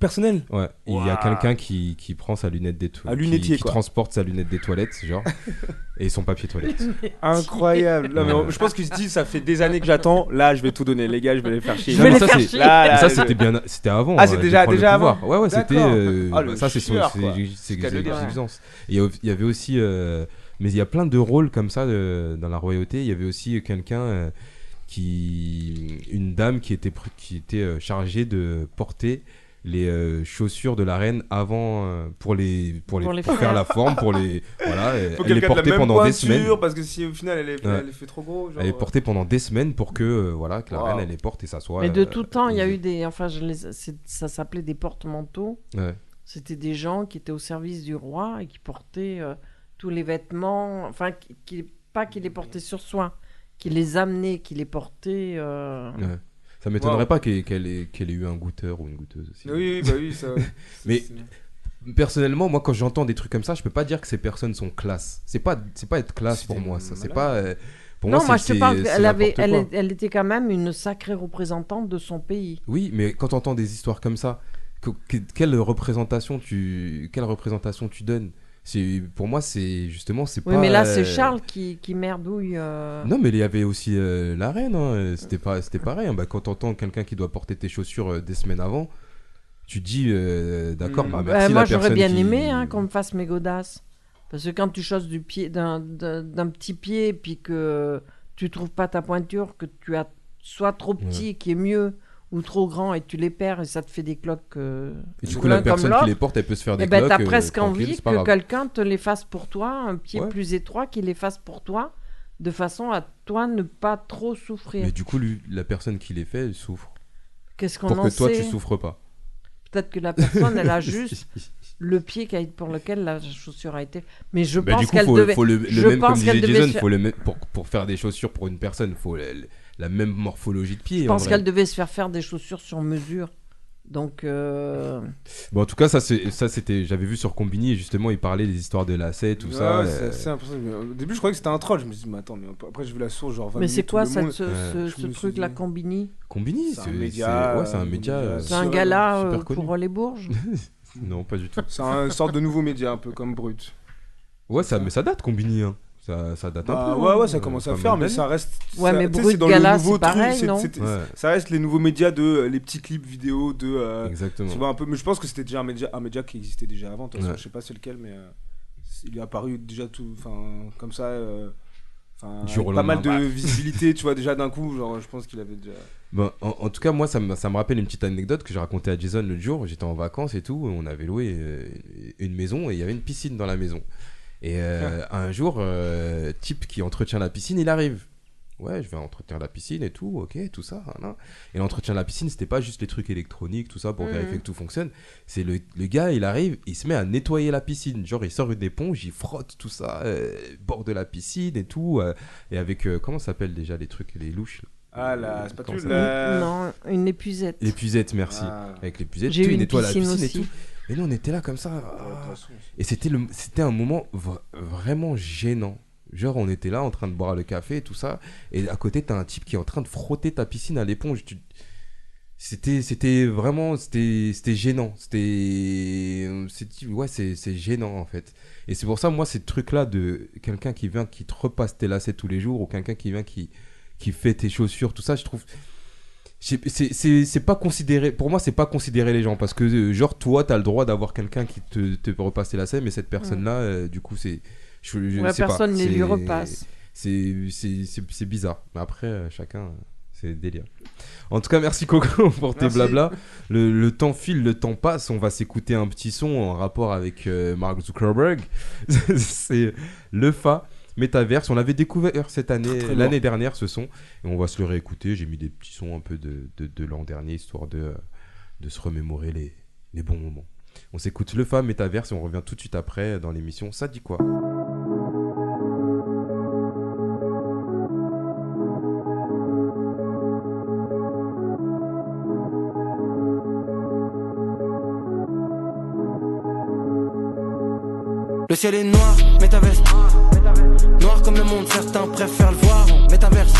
B: personnel
A: Ouais, il y a
B: Ouah.
A: quelqu'un qui, qui prend sa lunette des toilettes.
B: Un lunetier,
A: qui,
B: quoi.
A: transporte sa lunette des toilettes, genre. et son papier toilette.
B: incroyable non, mais
A: Ouais.
B: on- je pense qu'il se dit ça fait des années que j'attends là je vais tout donner les gars je vais les faire chier
C: Je
A: Non,
C: vais
A: mais
C: les
A: ça,
C: faire
A: c'est-
C: chier.
B: Là, là,
A: ça,
B: je-
A: c'était bien. C'était avant.
B: Ah, c'est
A: euh, de
B: déjà-
A: prendre le
B: déjà
A: pouvoir. Ouais, ouais,
B: D'accord.
A: c'était. euh,
B: Ah, le
A: ça, c'est son
B: chieur,
A: c'est-
B: quoi.
A: c'est-
B: C'est qu'à
A: c'est
B: le dire.
A: exigence. Et Il y a- il y avait aussi. euh, mais il y a plein de rôles comme ça de- dans la royauté. Il y avait aussi quelqu'un. euh, qui une dame qui était pr- qui était euh, chargée de porter les euh, chaussures de la reine avant euh, pour les pour les
C: Pour les
A: pour faire
C: faire.
A: la forme pour les voilà elle-
B: Faut
A: elle
B: quelqu'un
A: les
B: de la
A: portait
B: même
A: pendant des
B: pointure,
A: semaines
B: Parce que si au final elle, est,
A: Ouais.
B: elle fait trop gros. Genre,
A: elle les portait pendant des semaines pour que euh, voilà que la
B: Wow.
A: reine elle les porte et ça soit
C: Mais de
A: euh,
C: tout temps, il y a
A: une-
C: eu des. Enfin, je les- c'est- ça s'appelait des porte-manteaux.
A: Ouais.
C: C'était des gens qui étaient au service du roi et qui portaient euh, tous les vêtements. Enfin, qui, qui- pas qui les portaient sur soi, qui les amenaient, qui les portaient. euh,
A: ouais. ça m'étonnerait
B: Wow.
A: pas qu'elle qu'elle ait, qu'elle ait eu un goûteur ou une goûteuse aussi
B: Oui, oui, bah oui, ça.
A: Mais-
B: c'est-
A: personnellement moi quand j'entends des trucs comme ça je peux pas dire que ces personnes sont classe c'est pas c'est pas être classe
B: C'est
A: pour
B: des
A: moi ça
B: malades.
A: c'est pas euh, pour
C: non,
A: moi,
C: moi
A: c'est-
C: je te
A: c'est-
C: parle,
A: c'est
C: elle, avait,
A: n'importe
C: elle,
A: quoi.
C: est- elle était quand même une sacrée représentante de son pays.
A: Oui, mais quand tu entends des histoires comme ça, que- que- quelle représentation tu quelle représentation tu donnes C'est pour moi c'est justement c'est
C: Oui,
A: pas
C: mais là
A: euh,
C: c'est Charles qui, qui merdouille. euh,
A: Non, mais il y avait aussi euh, la reine hein, euh, c'était pas c'était pareil, hein. bah, quand t'entends quelqu'un qui doit porter tes chaussures euh, des semaines avant, tu dis euh, d'accord,
B: Mm.
A: bah,
C: Bah,
A: merci la
C: moi, j'aurais
A: personne
C: bien
A: qui-
C: aimé hein, qu'on me fasse mes godasses. Parce que quand tu choses du pied, d'un, d'un- d'un petit pied, puis que tu trouves pas ta pointure, que tu as soit trop petit, qui est mieux, ou trop grand, et tu les perds, et ça te fait des cloques. euh,
A: Et du
C: l'un
A: coup la
C: comme
A: personne
C: l'autre,
A: qui les porte, elle peut se faire des
C: eh ben,
A: cloques,
C: t'as
A: euh,
C: presque
A: tranquille,
C: envie
A: c'est pas
C: que
A: grave.
C: quelqu'un te les fasse pour toi, un pied
A: Ouais.
C: plus étroit qui les fasse pour toi, de façon à toi ne pas trop souffrir.
A: Mais du coup lui, la personne qui les fait, elle souffre
C: Qu'est-ce qu'on
A: pour
C: en
A: que toi
C: sait
A: tu souffres pas.
C: Peut-être que la personne, elle a juste le pied qui a- pour lequel la chaussure a été. Mais je
A: Bah,
C: pense
A: du coup,
C: qu'elle
A: faut,
C: devait.
A: faut le, le
C: je
A: même, comme
C: pense
A: disait
C: qu'elle devait
A: Jason,
C: se-
A: faut le même- pour, pour faire des chaussures pour une personne, faut la, la même morphologie de pied.
C: Je
A: en
C: pense
A: vrai.
C: qu'elle devait se faire faire des chaussures sur mesure. Donc, euh,
A: Bon, en tout cas, ça, c'est- ça c'était, j'avais vu sur Combini et justement, il parlait des histoires de lacets, tout
B: Ouais,
A: ça.
B: c'est
A: euh,
B: assez impressionnant. Mais Au début, je croyais que c'était un troll. Je me suis dit, mais attends, mais après, j'ai vu la source, genre 20
C: mais c'est
B: minutes,
C: quoi
B: tout le
C: ça,
B: monde- euh,
C: ce, ce-
A: Ouais.
B: Je
C: ce
B: me
C: truc,
B: suis
C: la
B: dit-
C: Combini
A: Combini,
B: C'est un média,
A: c'est- ouais, c'est un
B: euh,
A: média.
B: média.
A: euh,
C: C'est
B: Sur
C: un
B: le-
C: gala
A: super
C: euh,
A: connu.
C: pour les Bourges
A: Non, pas du tout.
B: C'est un sorte de nouveau média, un peu comme Brut.
A: Ouais, ça, mais ça date Combini. hein. Ça, ça date un
B: Bah,
A: peu.
B: ouais,
A: hein,
B: ouais, ça
A: euh,
B: commence
A: pas
B: à
A: mal
B: faire, mais
A: d'années.
B: ça reste.
C: Ouais,
B: ça-
C: mais
B: tu sais,
C: Brut,
B: c'est dans
C: Gala,
B: le nouveau
C: c'est pareil,
B: truc,
C: non
B: c'est- c'est-
A: Ouais,
B: Ça reste les nouveaux médias de euh, les petits clips vidéo de. euh, tu
A: exactement.
B: vois un peu, mais je pense que c'était déjà un média, un média qui existait déjà avant. de toute façon,
A: Ouais.
B: Je sais pas c'est lequel, mais euh, il est apparu déjà tout, enfin comme ça, euh, enfin
A: Du
B: avec
A: jour au
B: pas mal de
A: lendemain,
B: visibilité, tu vois déjà d'un coup. Genre, je pense qu'il avait déjà.
A: Bon, en, en tout cas, moi, ça me, ça me rappelle une petite anecdote que j'ai racontée à Jason l'autre jour. J'étais en vacances et tout. On avait loué euh, une maison et il y avait une piscine dans la maison. Et euh,
B: Ah.
A: un jour, euh, type qui entretient la piscine, il arrive. Ouais, je vais entretenir la piscine et tout, ok, tout ça. nan. Et l'entretien de la piscine, c'était pas juste les trucs électroniques, tout ça, pour
B: Mm-hmm.
C: Mhm.
A: vérifier que tout fonctionne. C'est le, le gars, il arrive, il se met à nettoyer la piscine. Genre, il sort une éponge, il frotte tout ça, euh, bord de la piscine et tout. euh, et avec, euh, comment ça s'appelle déjà les trucs, les louches là
B: Ah la
A: Euh,
B: spatule.
A: comment ça
B: la-
C: Non, une épuisette.
A: L'épuisette, merci.
B: Ah.
A: Avec l'épuisette,
C: J'ai
A: tu
C: eu une
A: nettoies la
C: piscine
A: piscine et
C: aussi.
A: tout. Et nous, on était là comme ça. ah. Et c'était le, c'était un moment vra- vraiment gênant. Genre, on était là en train de boire le café et tout ça. Et à côté, t'as un type qui est en train de frotter ta piscine à l'éponge. Tu- C'était, c'était vraiment, c'était, c'était gênant. C'était, c'est- ouais, c'est, c'est gênant en fait. Et c'est pour ça, moi, ces trucs-là de quelqu'un qui vient, qui te repasse tes lacets tous les jours, ou quelqu'un qui vient, qui, qui fait tes chaussures, tout ça, je trouve. c'est- C'est c'est- c'est pas considéré, pour moi, c'est pas considérer les gens parce que, euh, genre, toi, t'as le droit d'avoir quelqu'un qui te, te repasse tes lacets, mais cette personne-là, euh, du coup, c'est. Je, je
C: Ouais,
A: sais pas,
C: personne ne les
A: c'est-
C: lui repasse.
A: C'est c'est- c'est- c'est bizarre. Mais après, euh, chacun, euh, c'est délire. En tout cas, merci Coco pour tes
B: Merci.
A: blabla. Le, le temps file, le temps passe. On va s'écouter un petit son en rapport avec euh, Mark Zuckerberg. c'est le Fa Metaverse. On l'avait découvert cette année,
B: très
A: l'année dernière, ce son. Et on va se le réécouter. J'ai mis des petits sons un peu de, de, de l'an dernier, histoire de, euh, de se remémorer les, les bons moments. On s'écoute le Fa Metaverse et on revient tout de suite après dans l'émission. Ça dit quoi
F: Le ciel est noir, métaverse. Noir comme le monde, certains préfèrent le voir en métaverse.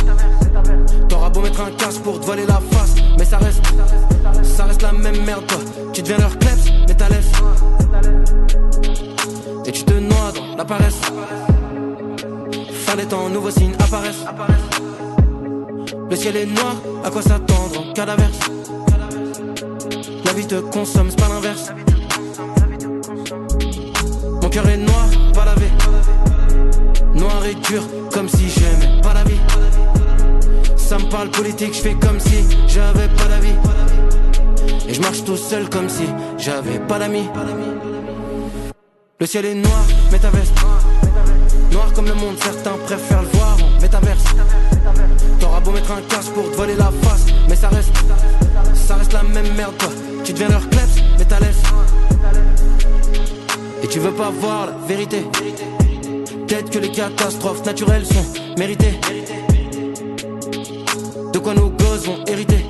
F: T'auras beau mettre un casque pour te voler la face, mais ça reste, ça reste la même merde. Toi. Tu deviens leur kleps, mais t'as l'aise. Et tu te noies dans la paresse. Faire des temps, nouveaux signes apparaissent. Le ciel est noir, à quoi s'attendre en cas d'averse La vie te consomme, c'est pas l'inverse. Mon cœur est noir, pas lavé. Noir et dur, comme si j'aimais pas la vie. Ça me parle politique, je fais comme si j'avais pas la vie. Et je marche tout seul comme si j'avais pas d'amis Le ciel est noir, mets ta veste Noir comme le monde, certains préfèrent le voir en métaverse T'auras beau mettre un casque pour te voler la face Mais ça reste, ça reste la même merde toi Tu deviens leur kleps, mais t'as l'aise Et tu veux pas voir la vérité Peut-être que les catastrophes naturelles sont méritées De quoi nos gosses vont hériter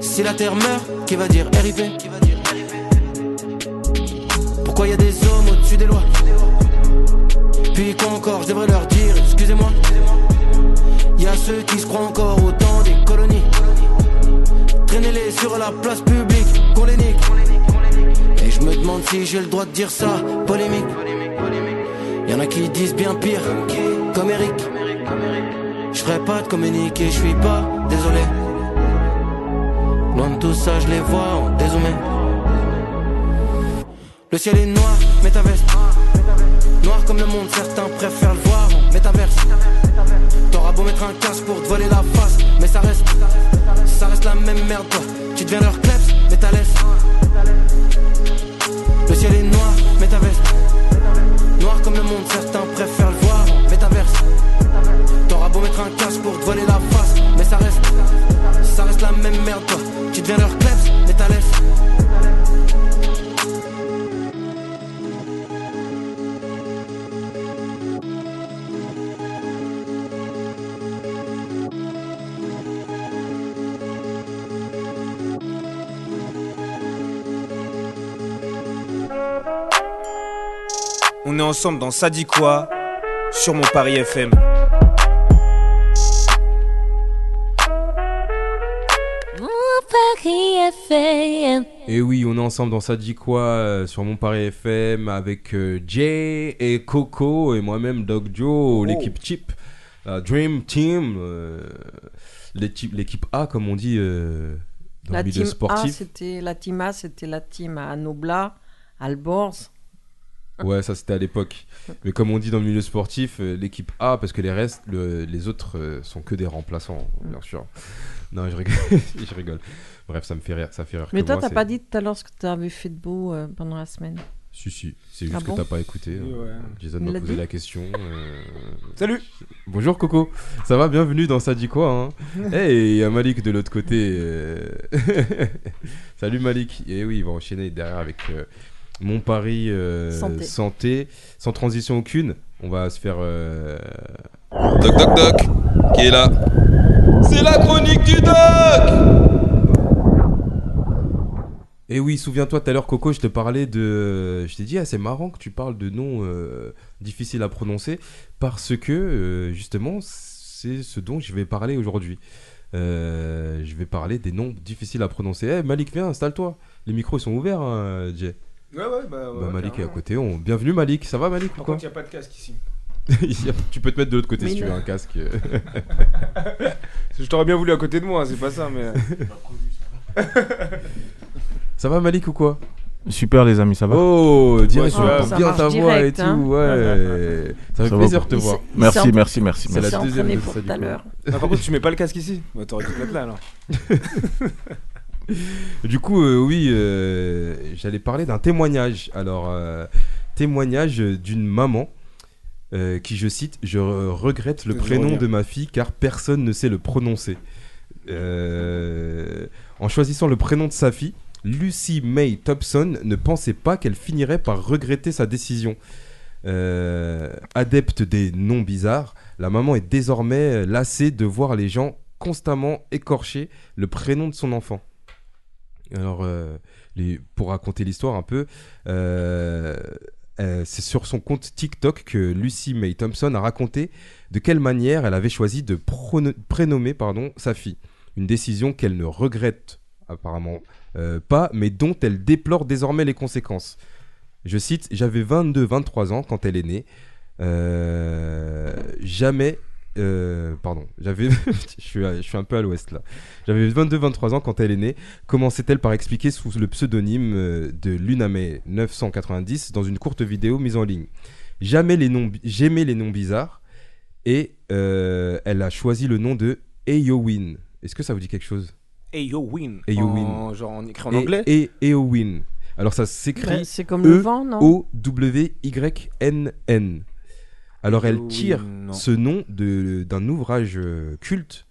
F: Si la terre meurt, qui va dire RIP Pourquoi y a des hommes au-dessus des lois puis quoi encore, je devrais leur dire, excusez-moi. Y'a ceux qui se croient encore au temps des colonies. Traînez-les sur la place publique, qu'on les nique. Et je me demande si j'ai le droit de dire ça, polémique. Y'en a qui disent bien pire, comme Eric. Je ferai pas de communiquer, je suis pas désolé. Loin de tout ça, je les vois en dézoomé. Le ciel est noir, mets ta veste. Noir comme le monde, certains préfèrent le voir en métaverse. T'auras beau mettre un casque pour te voler la face, mais ça reste, ça reste la même merde. toi. Tu deviens leur kleps, mais t'as l'aise. Le ciel est noir, mets ta veste. Noir comme le monde, certains préfèrent le voir en métaverse. T'auras beau mettre un casque pour te voler la face, mais ça reste, ça reste la même merde. toi. Tu deviens leur kleps, mais t'as l'aise.
G: On est ensemble dans Ça dit quoi sur mon Paris FM.
D: Mon Paris FM.
A: Et oui, on est ensemble dans Ça dit quoi euh, sur Mon Paris FM avec euh, Jay et Coco et moi-même Doc
C: Oh.
A: Joe, l'équipe Chip, la Dream Team, euh, l'équipe l'équipe A comme on dit euh, dans
C: La
A: le milieu
C: team, A,
A: sportif.
C: c'était, la team A, c'était la team à Nobla, Albors.
A: Ouais, ça c'était à l'époque. Mais comme on dit dans le milieu sportif, euh, l'équipe A, parce que les restes, le- les autres euh, sont que des remplaçants,
C: Mm.
A: bien sûr. Non, je rigole. je rigole. Bref, ça me fait rire. Ça fait rire
C: Mais
A: que
C: toi,
A: moi,
C: t'as
A: c'est-
C: pas dit tout à l'heure ce que t'avais fait de beau euh, pendant la semaine.
A: Si, si. C'est juste
C: Ah bon
A: que t'as pas écouté. hein.
B: Oui, ouais.
A: Jason
C: Il
A: m'a
C: l'a
A: posé
C: dit
A: la question. euh,
B: Salut
A: Bonjour Coco, ça va Bienvenue dans Ça dit quoi hein Hey, il y a Malik de l'autre côté. euh. Salut Malik. Et oui, il va enchaîner derrière avec euh, mon pari euh,
C: Santé.
A: santé, sans transition aucune. On va se faire. euh,
H: Doc Doc Doc, qui est là C'est la chronique du Doc
A: Eh oui, souviens-toi tout à l'heure Coco, je te parlais de, je t'ai dit ah c'est marrant que tu parles de noms euh, difficiles à prononcer parce que euh, justement c'est ce dont je vais parler aujourd'hui. Euh, je vais parler des noms difficiles à prononcer. Eh Malik, viens, installe-toi. Les micros ils sont ouverts, hein, Jay.
B: Ouais, ouais, bah. ouais,
A: Bah, Malik est à
B: carrément.
A: côté. On... Bienvenue Malik, ça va Malik ou
B: Par
A: quoi
B: contre, y a pas de casque ici.
A: Il y a- Tu peux te mettre de l'autre côté
C: Mais
A: si tu veux
C: non.
A: un casque.
B: Je t'aurais bien voulu à côté de moi, hein, c'est pas ça, mais. euh.
A: ça va Malik ou quoi
I: Super les amis, ça va
A: Oh, direct,
B: Ouais,
A: on
C: va.
B: ça
A: entend bien
C: Ça
A: ta
C: marche
A: voix
C: direct,
A: et tout.
C: hein.
A: Ouais. ça fait
I: Ça va
A: plaisir
I: pas.
A: de te voir.
I: Merci,
C: Il s'est-
I: merci, merci,
A: C'est
I: merci.
A: la
C: il s'est
A: deuxième
C: entraîné
A: de
C: pour
A: ça, du
C: tout à
A: coup.
C: l'heure.
B: Ah, par contre, tu mets pas le casque ici Bah, t'aurais dû le mettre là alors.
A: Du coup, euh, oui, euh, j'allais parler d'un témoignage. Alors, euh, témoignage d'une maman euh, qui, je cite, je re- regrette le
B: Je
A: prénom
B: reviens.
A: de ma fille car personne ne sait le prononcer. Euh, en choisissant le prénom de sa fille, Lucy May Thompson ne pensait pas qu'elle finirait par regretter sa décision. Euh, adepte des noms bizarres, la maman est désormais lassée de voir les gens constamment écorcher le prénom de son enfant. Alors, euh, les- pour raconter l'histoire un peu, euh, euh, c'est sur son compte TikTok que Lucy May Thompson a raconté de quelle manière elle avait choisi de prono- prénommer pardon, sa fille. Une décision qu'elle ne regrette apparemment euh, pas, mais dont elle déplore désormais les conséquences. Je cite, j'avais 22-23 ans quand elle est née. Euh, jamais... euh, pardon, j'avais, je, suis, à- je suis un peu à l'ouest là. J'avais 22-23 ans quand elle est née. Commençait-elle par expliquer sous le pseudonyme euh, de Lunamé 990 dans une courte vidéo mise en ligne. Jamais les noms, bi- j'aimais les noms bizarres et euh, elle a choisi le nom de Eyowin. Est-ce que ça vous dit quelque chose
B: Eowyn.
A: Eowyn.
B: En- Genre en écrit en
A: Et-
B: anglais.
A: Et Eowyn. Alors ça s'écrit
C: Ouais, c'est comme
A: E
C: le vent, Bah, non
A: O W Y N N. Alors elle tire
B: Eowyn, non.
A: ce nom de- d'un ouvrage euh, culte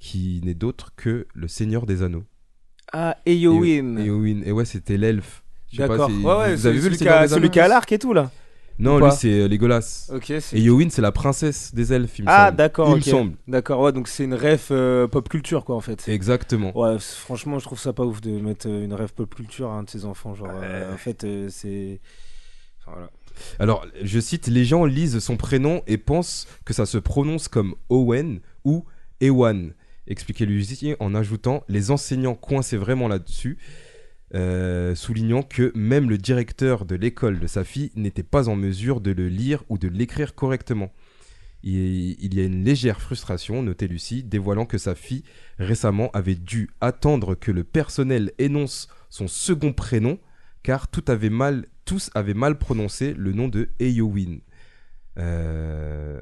A: qui n'est d'autre que Le Seigneur des Anneaux.
B: Ah,
A: Eowyn.
B: Eowyn.
A: Eowyn. Et ouais, c'était l'elfe. Je sais pas
B: D'accord.
A: si-
B: Ouais, ouais,
A: vous avez vu
B: celui
A: le
B: qui a-
A: Seigneur des
B: celui
A: Anneaux
B: qui a l'arc et tout là.
A: Non,
B: Ou
A: lui
B: pas
A: c'est euh, Legolas.
B: Ok, c'est-
A: Et Eowyn, c'est la princesse des elfes, il me
B: Ah,
A: semble.
B: d'accord.
A: Il
B: ok.
A: me semble.
B: D'accord, ouais, donc c'est une ref euh, pop culture quoi en fait.
A: Exactement.
B: Ouais, c- franchement, je trouve ça pas ouf de mettre euh, une rêve pop culture à un de ses enfants. Genre, euh, en fait, euh, c'est. Enfin, voilà.
A: Alors, je cite, les gens lisent son prénom et pensent que ça se prononce comme Owen ou Ewan. Expliquez lui en ajoutant, les enseignants coincés vraiment là-dessus, euh, soulignant que même le directeur de l'école de sa fille n'était pas en mesure de le lire ou de l'écrire correctement. Il il y a une légère frustration, notée Lucie, dévoilant que sa fille récemment avait dû attendre que le personnel énonce son second prénom car tout avait mal, tous avaient mal prononcé le nom de Eowyn. Euh,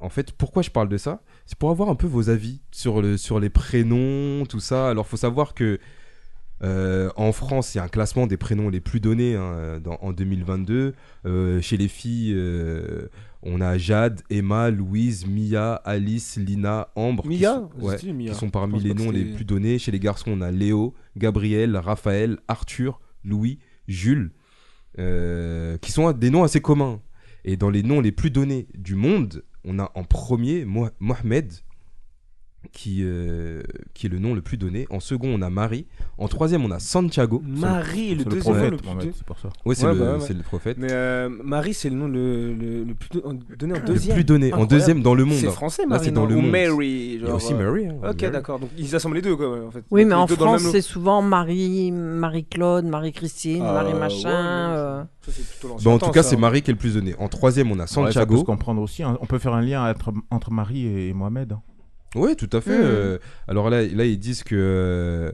A: en fait, pourquoi je parle de ça C'est pour avoir un peu vos avis sur, le, sur les prénoms, tout ça. Alors, faut savoir que euh, en France, il y a un classement des prénoms les plus donnés hein, dans- en 2022. Euh, chez les filles, euh, on a Jade, Emma, Louise, Mia, Alice, Lina, Ambre. qui
B: Mia
A: sont-
B: C'est
A: ouais,
B: stylé, Mia.
A: qui
B: Ah,
A: sont
B: Je
A: parmi
B: pense
A: les
B: pas que
A: noms les
B: c'est-
A: plus donnés. Chez les garçons, on a Léo, Gabriel, Raphaël, Arthur, Louis, Jules, euh, qui sont des noms assez communs. Et dans les noms les plus donnés du monde, on a en premier Mo- Mohamed, qui, euh, qui est le nom le plus donné. En second, on a Marie. En troisième, on a Santiago.
B: Marie, le
I: C'est le
B: deuxième nom le
I: prophète,
B: plus
I: Mohamed,
B: dé-
I: c'est pour ça.
A: Oui, c'est
B: Ouais,
A: le,
B: bah ouais, ouais.
A: c'est le prophète.
B: Mais euh, Marie, c'est le nom le, le, le plus do- en- donné en
A: Le
B: deuxième.
A: plus donné, en
B: Incroyable.
A: deuxième dans le monde.
B: C'est français,
A: Là,
B: Marie.
A: c'est dans
B: non
A: le
B: Ou
A: monde.
B: Mary.
A: Il y a
B: genre,
A: aussi
B: euh,
A: Mary. hein,
B: Ok,
A: Mary.
B: d'accord. Donc ils assemblent les deux, quoi. ouais, En fait.
C: Oui,
B: Ils
C: mais
B: mettent
C: en
B: les deux dans le
C: France,
B: même lot.
C: c'est souvent Marie, Marie-Claude, Marie-Christine,
B: Euh,
C: Marie
B: ouais,
C: machin.
B: mais-
C: euh.
B: Ça, c'est plutôt l'ancien
A: Bah, en
B: temps,
A: tout cas,
B: ça,
A: c'est
B: hein.
A: Marie qui est le plus donné. En troisième, on a
I: Ouais, ça peut
A: Santiago.
I: se comprendre aussi. hein. On peut faire un lien entre, entre Marie et Mohamed. hein.
A: Oui, tout à fait.
C: Mm.
A: euh, alors là, là, ils disent que euh,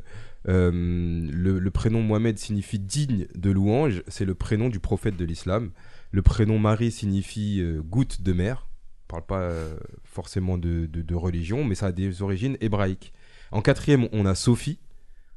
A: euh, le, le prénom Mohamed signifie digne de louange. C'est le prénom du prophète de l'islam. Le prénom Marie signifie euh, goutte de mer. On parle pas euh, forcément de, de- de religion, mais ça a des origines hébraïques. En quatrième, on a Sophie.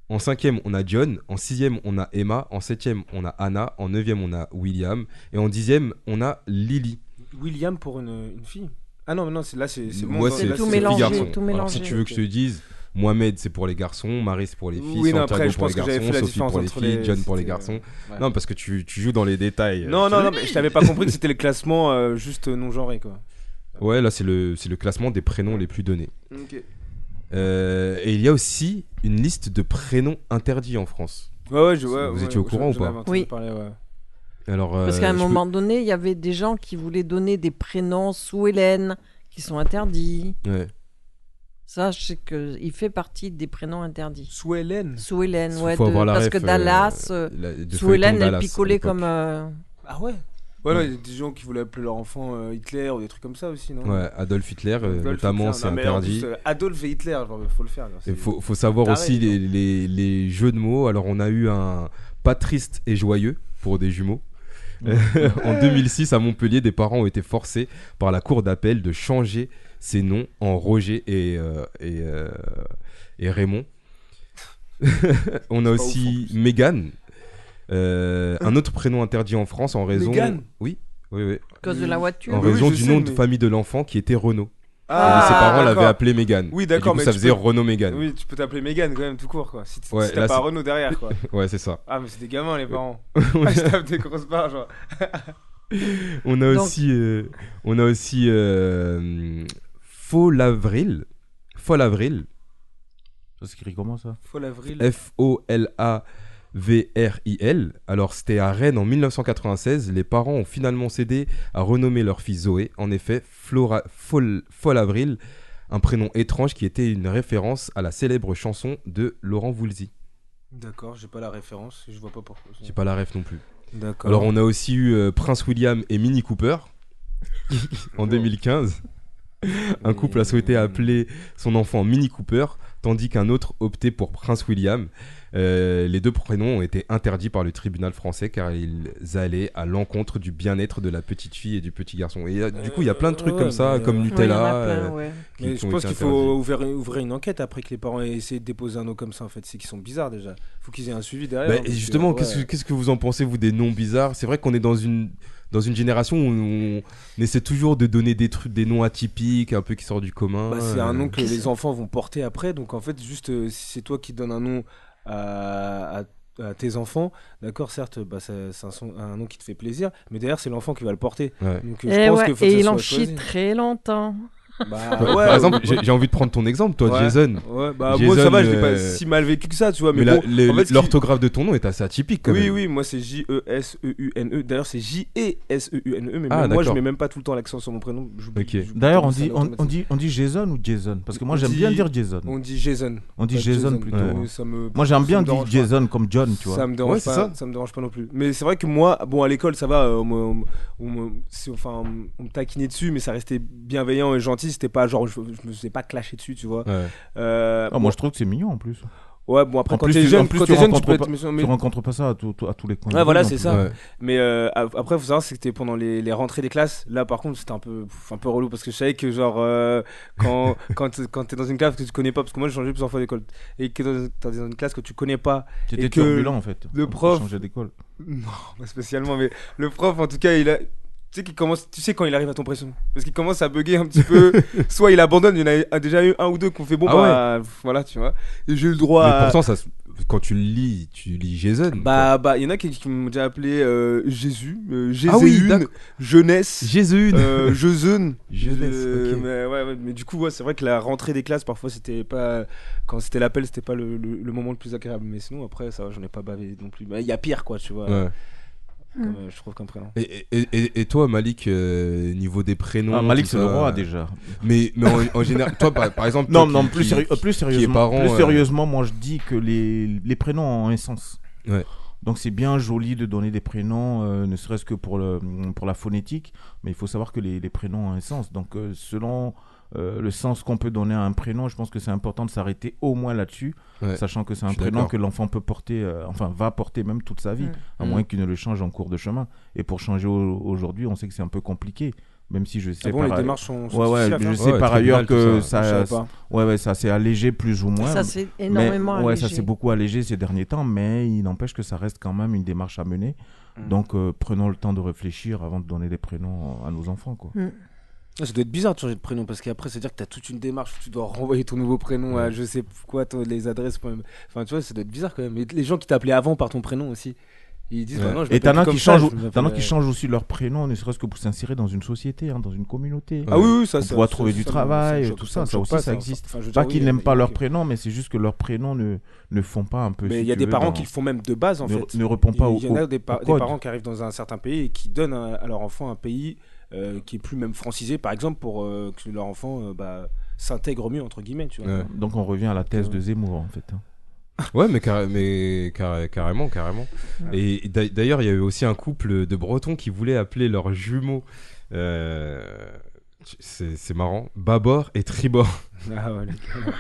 A: En cinquième, on a John. En sixième, on a Emma. En septième, on a Anna. En neuvième, on a William. Et en dixième, on a Lily.
B: William pour une, une fille. Ah non, mais non, c'est- là, c'est c'est bon.
A: Moi,
B: dans-
A: c'est
B: là,
C: tout
A: c'est
C: mélangé,
A: fille-garçon.
C: tout
A: Alors, si
C: mélangé,
A: tu veux que je te dise, Mohamed, c'est pour les garçons, Marie, c'est pour les filles,
B: Oui, non,
A: Santiago
B: après, je
A: pour
B: pense
A: les
B: que j'avais
A: garçons,
B: fait la
A: Sophie
B: différence
A: pour les
B: entre
A: filles,
B: les-
A: John pour les
B: c'était- euh,
A: garçons.
B: ouais.
A: Non, parce que tu, tu joues dans les détails.
B: Non,
A: Euh,
B: non, non, mais je t'avais pas compris que c'était le classement euh, juste non genré, quoi.
A: Ouais, là, c'est le, c'est le classement des prénoms les plus donnés.
B: Ok.
A: Euh, et il y a aussi une liste de prénoms interdits en France.
B: Ouais, ouais, je, ouais,
A: Vous
B: ouais,
A: étiez au
B: je-
A: courant ou
B: j'en avais
A: pas
B: entendu
C: Oui.
B: parler, ouais.
A: Alors,
C: Parce
A: euh,
C: qu'à un
A: je peux-
C: moment donné, il y avait des gens qui voulaient donner des prénoms sous Hélène qui sont interdits.
A: Ouais.
C: Ça, je sais que il fait partie des prénoms interdits.
B: Sous Hélène.
C: Sous Hélène,
A: Faut
C: ouais, de-
A: avoir la
C: parce
A: ref,
C: que
A: euh,
C: Dallas, euh,
A: la- de
C: sous
A: feuilleton
C: Hélène,
A: Dallas,
C: elle
A: à
C: picolait
A: l'époque.
C: comme. euh,
B: Ah ouais Voilà, il y a des gens qui voulaient appeler leur enfant euh, Hitler ou des trucs comme ça aussi, non
A: Ouais, Adolf Hitler, euh,
B: Adolf
A: notamment,
B: Hitler.
A: c'est
B: Non, mais en
A: interdit.
B: plus, euh, Adolf et Hitler, genre, faut le faire. genre, c'est-
A: Il faut, faut savoir
B: T'arrêtes,
A: aussi les,
B: non
A: les- les jeux de mots. Alors, on a eu un pas triste et joyeux pour des jumeaux. en 2006, à Montpellier, des parents ont été forcés par la cour d'appel de changer ces noms en Roger et, euh, et, euh, et Raymond. on a
B: C'est pas ouf, en
A: aussi
B: plus.
A: Mégane, euh, un autre prénom interdit en France en raison.
B: Mégane
A: oui, oui, oui.
C: à cause de la voiture.
A: Mmh. En
B: oui,
A: raison
B: je
A: du
B: sais,
A: nom de
B: mais-
A: famille de l'enfant qui était Renaud.
C: Ah,
A: Et ses parents l'avaient
B: d'accord.
A: appelé Mégane.
B: Oui,
A: Et
B: d'accord,
A: Du coup,
B: mais
A: ça
B: tu
A: faisait
B: peux-
A: Renaud Mégane.
B: Oui, tu peux t'appeler Mégane quand même, tout court, quoi. Si, t-
A: Ouais,
B: si t'as
A: là,
B: pas
A: c'est-
B: Renault derrière, quoi.
A: Ouais, c'est ça.
B: ah, mais c'est des gamins, les parents. Ah, Ils se tapent des grosses barres, genre.
A: On a
C: Donc-
A: aussi, euh, on a aussi euh, Faux l'avril. Faux l'avril.
I: Ça s'écrit comment ça
B: Faut l'avril.
A: F O L A V R I L. Alors c'était à Rennes en 1996. Les parents ont finalement cédé à renommer leur fille Zoé. En effet, Flora Fol, Fol avril, un prénom étrange qui était une référence à la célèbre chanson de Laurent Voulzy.
B: D'accord, j'ai pas la référence, je vois pas pourquoi.
A: J'ai pas la ref non plus.
B: D'accord.
A: Alors on a aussi eu euh, Prince William et Minnie Cooper en 2015. Un couple a souhaité appeler son enfant Mini Cooper, tandis qu'un autre optait pour Prince William. Euh, les deux prénoms ont été interdits par le tribunal français car ils allaient à l'encontre du bien-être de la petite fille et du petit garçon. Et euh, du coup, il y a plein de trucs
B: Ouais,
A: comme ça,
B: mais,
A: comme
B: euh,
A: Nutella. euh, qui-
B: Mais
A: qui
B: je
A: ont
B: pense
A: été
B: qu'il
A: interdits.
B: faut ouvrir, ouvrir une enquête après que les parents aient essayé de déposer un nom comme ça. En fait, c'est qu'ils sont bizarres déjà. faut qu'ils aient un suivi derrière. hein,
A: Bah,
B: parce
A: et
B: que,
A: justement,
B: ouais.
A: qu'est-ce que- qu'est-ce que vous en pensez, vous, des noms bizarres C'est vrai qu'on est dans une, dans une génération où on, on essaie toujours de donner des, trucs, des noms atypiques, un peu qui sortent du commun.
B: Bah, c'est un nom que
A: euh,
B: les enfants vont porter après. Donc en fait, juste euh, si c'est toi qui donnes un nom à, à- à tes enfants, d'accord, certes, bah, ça- c'est un, son- un nom qui te fait plaisir, mais derrière, c'est l'enfant qui va le porter.
A: Ouais.
B: Donc,
C: Et,
I: Eh
B: euh, je pense
C: Eh ouais,
B: que faut que
C: et
B: ça
C: il en
B: soit
C: chie
B: choisi.
C: très longtemps.
B: Bah,
A: Par-
B: ouais.
A: Par exemple, j'ai j'ai envie de prendre ton exemple, toi,
B: Ouais.
A: Jason. euh,
B: Ouais, bah, moi, ça va, je l'ai pas si mal vécu que ça, tu vois, mais
A: la-
B: bon,
A: les-
B: en fait, ce qui-
A: l'orthographe de ton nom est assez atypique, quand
B: oui,
A: même.
B: oui, moi c'est E J-E-S-E-U-N-E. D'ailleurs, c'est E J-E-S-E-U-N-E, mais
A: Ah,
B: même moi je
A: d'accord.
B: mets même pas tout le temps l'accent sur mon prénom. j'oublie-
A: Ok.
B: j'oublie
I: D'ailleurs, on
B: ça
I: dit, on, on
B: automatiquement.
I: dit, on dit Jason ou Jason Parce que moi,
B: On
I: j'aime
B: dit-
I: bien dire Jason.
B: On dit Jason.
I: On dit
B: Pas
I: Jason,
B: plutôt,
I: plutôt. hein.
B: ça me-
I: Moi, j'aime
B: ça
I: bien
B: me
I: dire
B: dérange pas.
I: Jason comme John, tu vois.
B: Ça me dérange
A: Ouais, c'est
B: pas,
A: ça.
B: ça. me dérange pas non plus. Mais c'est vrai que moi, bon, à l'école, ça va, euh, on me, on me- c'est- enfin, on me taquinait dessus, mais ça restait bienveillant et gentil. C'était pas genre, je, je me faisais pas clasher dessus, tu vois.
A: Ouais.
B: Euh,
I: Ah, moi, je trouve que c'est mignon en plus.
B: ouais, bon, après,
I: en
B: quand
I: plus,
B: t'es
I: tu- en
B: jeune,
I: plus,
B: quand
I: tu
B: t'es jeune, tu
I: rencontres
B: peux
I: pas-
B: être. méchant, mais-
I: Tu rencontres pas ça à, tout- à tous les coins. de
B: Ouais, voilà,
I: rue, en
B: c'est
I: plus.
B: ça.
A: Ouais.
B: Mais euh, a- après, faut savoir, c'est que c'était pendant les, les rentrées des classes. Là, par contre, c'était un peu, pff, un peu relou parce que je savais que, genre, euh, quand, quand, t'es- quand t'es dans une classe que tu connais pas, parce que moi, j'ai changé plusieurs fois d'école, et que dans- t'es dans une classe que tu connais pas,
I: Tu
B: Et
I: étais
B: que
I: turbulent en fait.
B: le
I: On peut
B: prof-
I: changer d'école.
B: non, pas spécialement, mais le prof, en tout cas, il a. Tu sais, qu'il commence, tu sais quand il arrive à ton pression Parce qu'il commence à bugger un petit peu. Soit il abandonne, il y en a eu- a déjà eu un ou deux qu'on fait bon,
A: Ah
B: bah pff, voilà, tu vois. Et j'ai eu le droit
C: bah-
A: Mais
B: à-
A: pourtant, ça, se- quand tu le lis, tu lis Jason.
B: Bah, bah, il y en a qui, qui m'ont déjà appelé euh, Jésus, euh, Jésus,
A: Ah oui, d'accord.
B: Jeunesse.
A: Jésus.
B: euh, Jezeune.
A: Jeunesse,
B: Je-
A: ok.
B: mais, ouais, ouais, mais du coup, ouais, c'est vrai que la rentrée des classes, parfois, c'était pas. Quand c'était l'appel, c'était pas le, le- le moment le plus agréable. Mais sinon, après, ça va, j'en ai pas bavé non plus. Mais Il y a pire, quoi, tu vois.
A: Ouais.
B: comme, euh, je trouve comme prénom.
A: Et, et- et- et toi, Malik, euh, niveau des prénoms.
I: Ah, Malik,
A: tout
I: c'est le
A: ça,
I: roi
A: euh,
I: déjà.
A: Mais, mais en, en général, toi, par, par exemple.
I: Non,
A: toi
I: non,
A: qui-
I: plus,
A: qui-
I: sérieux- euh, plus sérieusement,
A: parent,
I: plus
A: euh,
I: sérieusement, moi je dis que les, les prénoms ont un sens.
A: Ouais.
I: Donc c'est bien joli de donner des prénoms, euh, ne serait-ce que pour, le, pour la phonétique, mais il faut savoir que les, les prénoms ont un sens. Donc euh, selon euh, le sens qu'on peut donner à un prénom, je pense que c'est important de s'arrêter au moins là-dessus,
A: Ouais.
I: sachant que c'est un
A: Je suis
I: prénom
A: d'accord.
I: que l'enfant peut porter, euh, enfin va porter même toute sa vie,
C: Mm.
I: à moins qu'il ne le change en cours de chemin. Et pour changer au- aujourd'hui, on sait que c'est un peu compliqué, même si je sais
B: Ah bon, les
I: par-
B: démarches sont. sont
I: Ouais, ouais,
B: difficiles à
I: je
B: faire
I: sais
A: Ouais,
I: par
A: tribunal,
I: ailleurs
A: tout
I: que
A: ça.
B: Je
I: ça,
B: savais pas.
I: Ouais, ouais, ça s'est allégé plus ou moins.
C: ça s'est
I: mais-
C: énormément
I: ouais,
C: allégé.
I: ça s'est beaucoup allégé ces derniers temps, mais il n'empêche que ça reste quand même une démarche à mener.
B: Mm.
I: Donc euh, prenons le temps de réfléchir avant de donner des prénoms à nos enfants. Quoi.
B: Ah, Ça doit être bizarre de changer de prénom parce qu'après, c'est-à-dire que t'as toute une démarche où tu dois renvoyer ton nouveau prénom à je sais quoi, ton- les adresses. point- Enfin, tu vois, ça doit être bizarre quand même. Et les gens qui t'appelaient avant par ton prénom aussi, ils disent
A: Ouais.
B: bah non, je
I: Et
B: m'appelle
I: t'en as
B: plus
I: qui,
B: comme ça,
I: changent-
B: je m'appelle,
I: t'en as
B: euh,
I: qui changent aussi leur prénom, ne serait-ce que pour s'insérer dans une société, hein, dans une communauté.
B: Ah oui, oui, ça,
I: On
B: ça.
I: pourra
B: ça-
I: trouver du
B: ça me-
I: travail,
B: me choque-
I: tout ça,
B: me
I: ça
B: choque
I: aussi,
B: pas,
I: ça existe.
B: Enfin, je veux
I: Pas
B: dire, oui,
I: qu'ils
B: il y
I: n'aiment
B: a-
I: pas
B: il y a-
I: leur prénom, mais c'est juste que leur prénom ne, ne font pas un peu.
B: Mais
I: si
B: il y a
I: tu
B: des
I: veux,
B: parents
I: dans-
B: qui le font même de base en
I: ne,
B: fait.
I: ne répond pas au,
B: Il y en a
I: au-
B: des,
I: au
B: par- des
I: code.
B: parents qui arrivent dans un certain pays et qui donnent à, à leur enfant un pays euh, qui est plus même francisé, par exemple, pour euh, que leur enfant euh, bah, s'intègre mieux, entre guillemets. Tu vois.
A: Ouais.
I: Euh, Donc on revient à la thèse de Zemmour en fait. hein.
A: Ouais, mais, carré- mais carré- carrément, carrément. Et d'a- d'ailleurs, il y a eu aussi un couple de Bretons qui voulaient appeler leurs jumeaux. euh, C'est c'est marrant. Bâbord et Tribord.
B: Ah, ouais, les gars.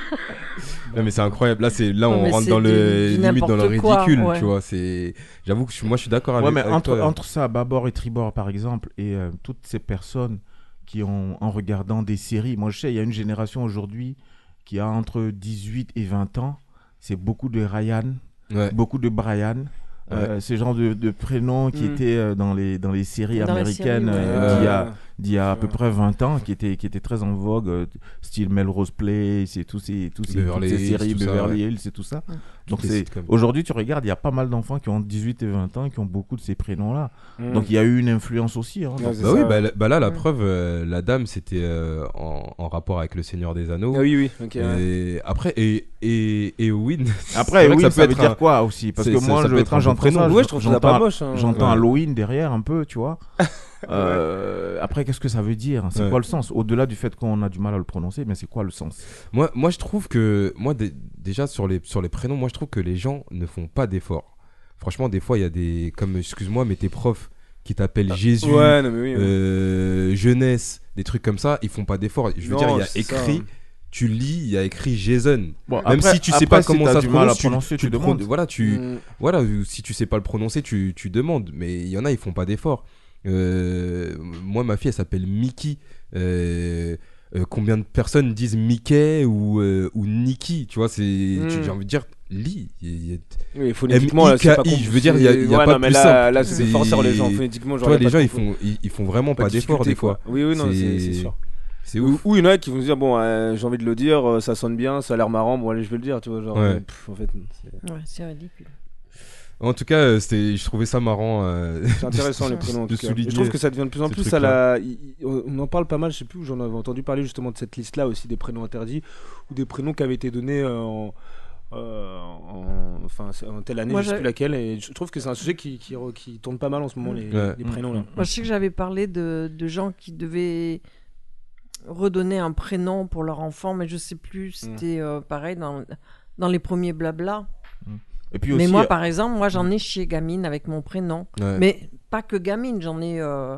A: Non, mais c'est incroyable. Là, c'est- là
C: Non,
A: on
C: mais
A: rentre
C: c'est
A: dans le
C: du- du
A: limite dans le
C: n'importe quoi,
A: ridicule,
C: ouais.
A: tu vois. C'est- J'avoue que je suis- moi, je suis d'accord avec,
I: Ouais, mais
A: avec
I: entre,
A: toi.
I: entre ça, bâbord et tribord, par exemple, et euh, toutes ces personnes qui ont, en regardant des séries, moi je sais, il y a une génération aujourd'hui qui a entre 18 et 20 ans, c'est beaucoup de Ryan,
A: Ouais.
I: beaucoup de Brian. euh, ces genres de, de prénoms qui
B: Mm.
I: étaient euh, dans, les, dans les séries
C: Dans les
I: américaines
C: séries,
I: euh,
B: Ah,
A: ouais.
I: d'il y
A: Euh,
I: a- d'il y a à
B: C'est
I: peu
B: vrai.
I: près 20 ans, qui étaient, qui étaient très en vogue, euh, style Melrose Place et tous ces, tous ces,
A: Beverly
I: toutes ces
A: Hills,
I: séries,
A: tout ça,
I: Beverly Hills et tout ça. Donc
A: les
I: c'est
A: sitcoms.
I: aujourd'hui tu regardes, il y a pas mal d'enfants qui ont 18 et 20 ans qui ont beaucoup de ces prénoms là.
B: Mm.
I: Donc il y a eu une influence aussi. hein.
B: Ouais, c'est
A: Bah
B: ça,
A: oui,
B: ouais.
A: bah, la- bah là, la
C: Mm.
A: preuve, euh, la dame, c'était euh, en, en rapport avec le Seigneur des Anneaux.
B: Ah oui, oui, ok. ouais.
A: Et après, et, et, et Win.
I: Après
A: oui
I: oui, ça, peut dire quoi aussi Parce
A: c'est-
I: que
A: ça-
I: moi
A: ça
I: je-
A: peut être
I: quand
A: un bon
I: j'entends
A: prénom.
I: ça,
B: Ouais,
I: je-
B: je trouve ça
I: j'entends
B: pas moche. hein.
I: j'entends
A: Ouais.
I: Halloween derrière un peu, tu vois. Euh, après qu'est-ce que ça veut dire C'est
A: Ouais.
I: quoi le sens Au-delà du fait qu'on a du mal à le prononcer, mais c'est quoi le sens
A: Moi, moi, je trouve que, moi, dé- déjà, sur les, sur les prénoms, moi, je trouve que les gens ne font pas d'efforts. Franchement, des fois, il y a des, comme, excuse-moi, mais tes profs qui t'appellent Jésus,
B: Ah, Ouais, non, mais oui. ouais.
A: euh, jeunesse, des trucs comme ça, ils font pas d'efforts. Je veux
B: Non,
A: dire, il y a
B: c'est ça. hein.
A: écrit tu lis, il y a écrit Jason.
I: Bon,
A: Même
I: après-
A: si tu sais
I: après,
A: pas
I: si
A: comment
I: t'as
A: ça
I: du
A: se
I: mal à
A: prononce, tu,
I: prononcer,
A: tu
I: tu
A: le pron-
I: demandes.
A: Voilà, tu,
B: Mm.
A: voilà, si tu sais pas le prononcer, tu, tu demandes. Mais il y en a, ils font pas d'efforts. Euh, moi, ma fille, elle s'appelle Mickey. Euh, euh, combien de personnes disent Mickey ou, euh, ou Nicky Tu vois, c'est
B: Mm.
A: tu- j'ai envie de dire, lis. Il y a-
B: Oui, phonétiquement, là, c'est pas
A: M.I.K.I.,
B: compl-
A: je veux dire, il y a- il y a
B: Ouais,
A: pas
B: non,
A: de
B: mais
A: plus
B: là,
A: simple.
B: Là, c'est des
A: C'est-
B: forceurs, les gens, phonétiquement.
A: tu
B: genre,
A: vois,
B: y a
A: les
B: pas de
A: gens, ils
B: compl-
A: font, ils, ils font vraiment pas, d'efforts
B: difficulté,
A: des fois.
B: quoi. Oui, oui, non, c'est c'est sûr.
A: C'est
B: Ou
A: ouf.
B: ou il y en a qui vont se dire, bon, euh, j'ai envie de le dire, euh, ça sonne bien, ça a l'air marrant, bon, allez, je vais le dire, tu vois. Genre,
A: Ouais.
B: euh, pff, en fait, c'est-
E: Ouais, c'est ridicule.
A: En tout cas, euh, c'était, je trouvais ça marrant. euh,
B: c'est intéressant les prénoms. en
A: de
B: tout cas. Et
A: souligner
B: Je trouve que ça devient de plus en
A: ces
B: plus. Ça,
A: trucs-là.
B: la... il- il- On en parle pas mal, je sais plus où j'en avais entendu parler justement de cette liste-là aussi des prénoms interdits ou des prénoms qui avaient été donnés euh, en. euh, en- Enfin, c'est- en telle année,
C: Moi,
B: je sais
C: j'ai-
B: plus laquelle, et je trouve que c'est un sujet qui, qui, re- qui tourne pas mal en ce moment, les,
A: Ouais.
I: Mm.
B: les prénoms. Là.
C: Moi, je sais que j'avais parlé de, de gens qui devaient redonner un prénom pour leur enfant, mais je sais plus, c'était euh, pareil dans, dans les premiers blabla.
I: Et puis
C: mais
I: aussi, euh,
C: moi, par exemple, moi, j'en ai chez gamine avec mon prénom.
A: Ouais. Mais...
C: Mais pas que gamine, j'en ai. euh,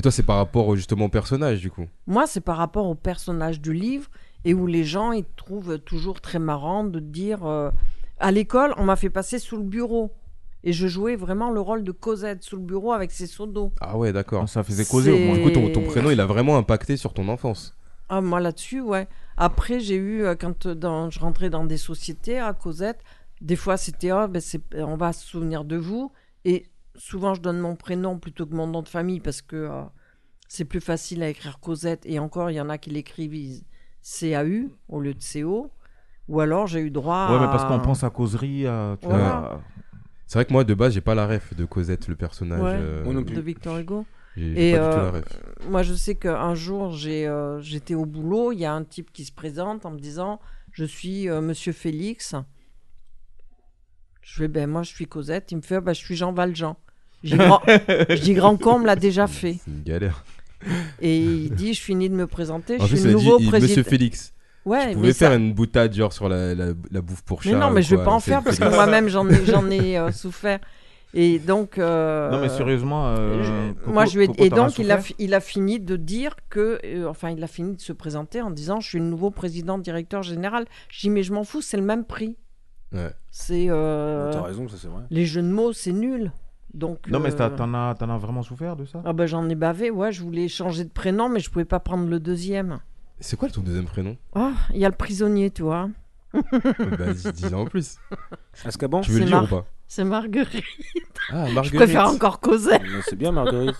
A: toi, c'est par rapport euh, justement au personnage, du coup.
C: Moi, c'est par rapport au personnage du livre et où les gens, ils trouvent toujours très marrant de dire euh, à l'école, on m'a fait passer sous le bureau. Et je jouais vraiment le rôle de Cosette sous le bureau avec ses seaux d'eau.
A: Ah ouais, d'accord.
I: ça faisait causer au moins.
C: C'est-
A: Du coup, ton, ton prénom, il a vraiment impacté sur ton enfance.
C: Ah, moi là-dessus, ouais. Après, j'ai eu, euh, quand euh, dans- je rentrais dans des sociétés à Cosette, des fois c'était, Ah, ben, c'est- on va se souvenir de vous. Et souvent, je donne mon prénom plutôt que mon nom de famille parce que euh, c'est plus facile à écrire Cosette. Et encore, il y en a qui l'écrivent ils- CAU au lieu de CO. Ou alors, j'ai eu droit
I: Ouais, mais
C: à-
I: parce qu'on pense à causerie, à, tu
C: Ah. Voilà.
I: vois, à-
A: C'est vrai que moi, de base, j'ai pas la ref de Cosette, le personnage.
C: Ouais.
A: euh,
B: Moi non plus.
C: de Victor Hugo.
A: J'ai
C: Et
A: j'ai pas du tout
C: euh,
A: la ref.
C: moi, je sais qu'un jour, j'ai, euh, j'étais au boulot, il y a un type qui se présente en me disant Je suis euh, monsieur Félix. Je fais Ben, moi, je suis Cosette. Il me fait Ah, bah, Je suis Jean Valjean. Je dis, Grand- je dis Grand con, on me l'a déjà fait.
A: C'est une galère.
C: Et il dit Je finis de me présenter,
A: En
C: je
A: plus,
C: suis
A: il
C: le
A: a dit
C: nouveau
A: il-
C: président.
A: Monsieur Félix.
C: ouais,
A: tu
C: mais
A: pouvais
C: ça-
A: faire une boutade, genre sur la, la, la bouffe pour chat.
C: Mais non,
A: ou
C: mais je vais
A: quoi,
C: pas en
A: c'est
C: faire parce que
A: Félix.
C: moi-même, j'en ai, j'en ai euh, souffert. Et donc. euh,
I: Non, mais sérieusement. euh,
C: Je-
I: Coco-
C: moi, je lui ai-
I: Coco,
C: et
I: t'en as
C: donc il a,
I: souffert
C: fi- il a fini de dire que, euh, enfin, il a fini de se présenter en disant je suis le nouveau président directeur général. Je dis mais je m'en fous, c'est le même prix.
A: Ouais.
C: C'est euh,
B: Ah, T'as raison, ça c'est vrai.
C: les jeux de mots, c'est nul. Donc
I: Non, mais
C: euh,
I: t'as- t'en as, t'en as vraiment souffert de ça
C: ah bah, j'en ai bavé. Ouais, je voulais changer de prénom, mais je pouvais pas prendre le deuxième.
A: C'est quoi ton deuxième prénom
C: Ah, il y a le prisonnier, tu vois.
A: Bah, dis- dis-en en plus.
B: Ascaban
A: Tu veux le
C: C'est
A: dire ou
C: Mar-
A: pas
C: C'est Marguerite.
A: Ah,
C: Je
A: Marguerite.
C: préfère encore Cosette.
B: Non, C'est bien, Marguerite.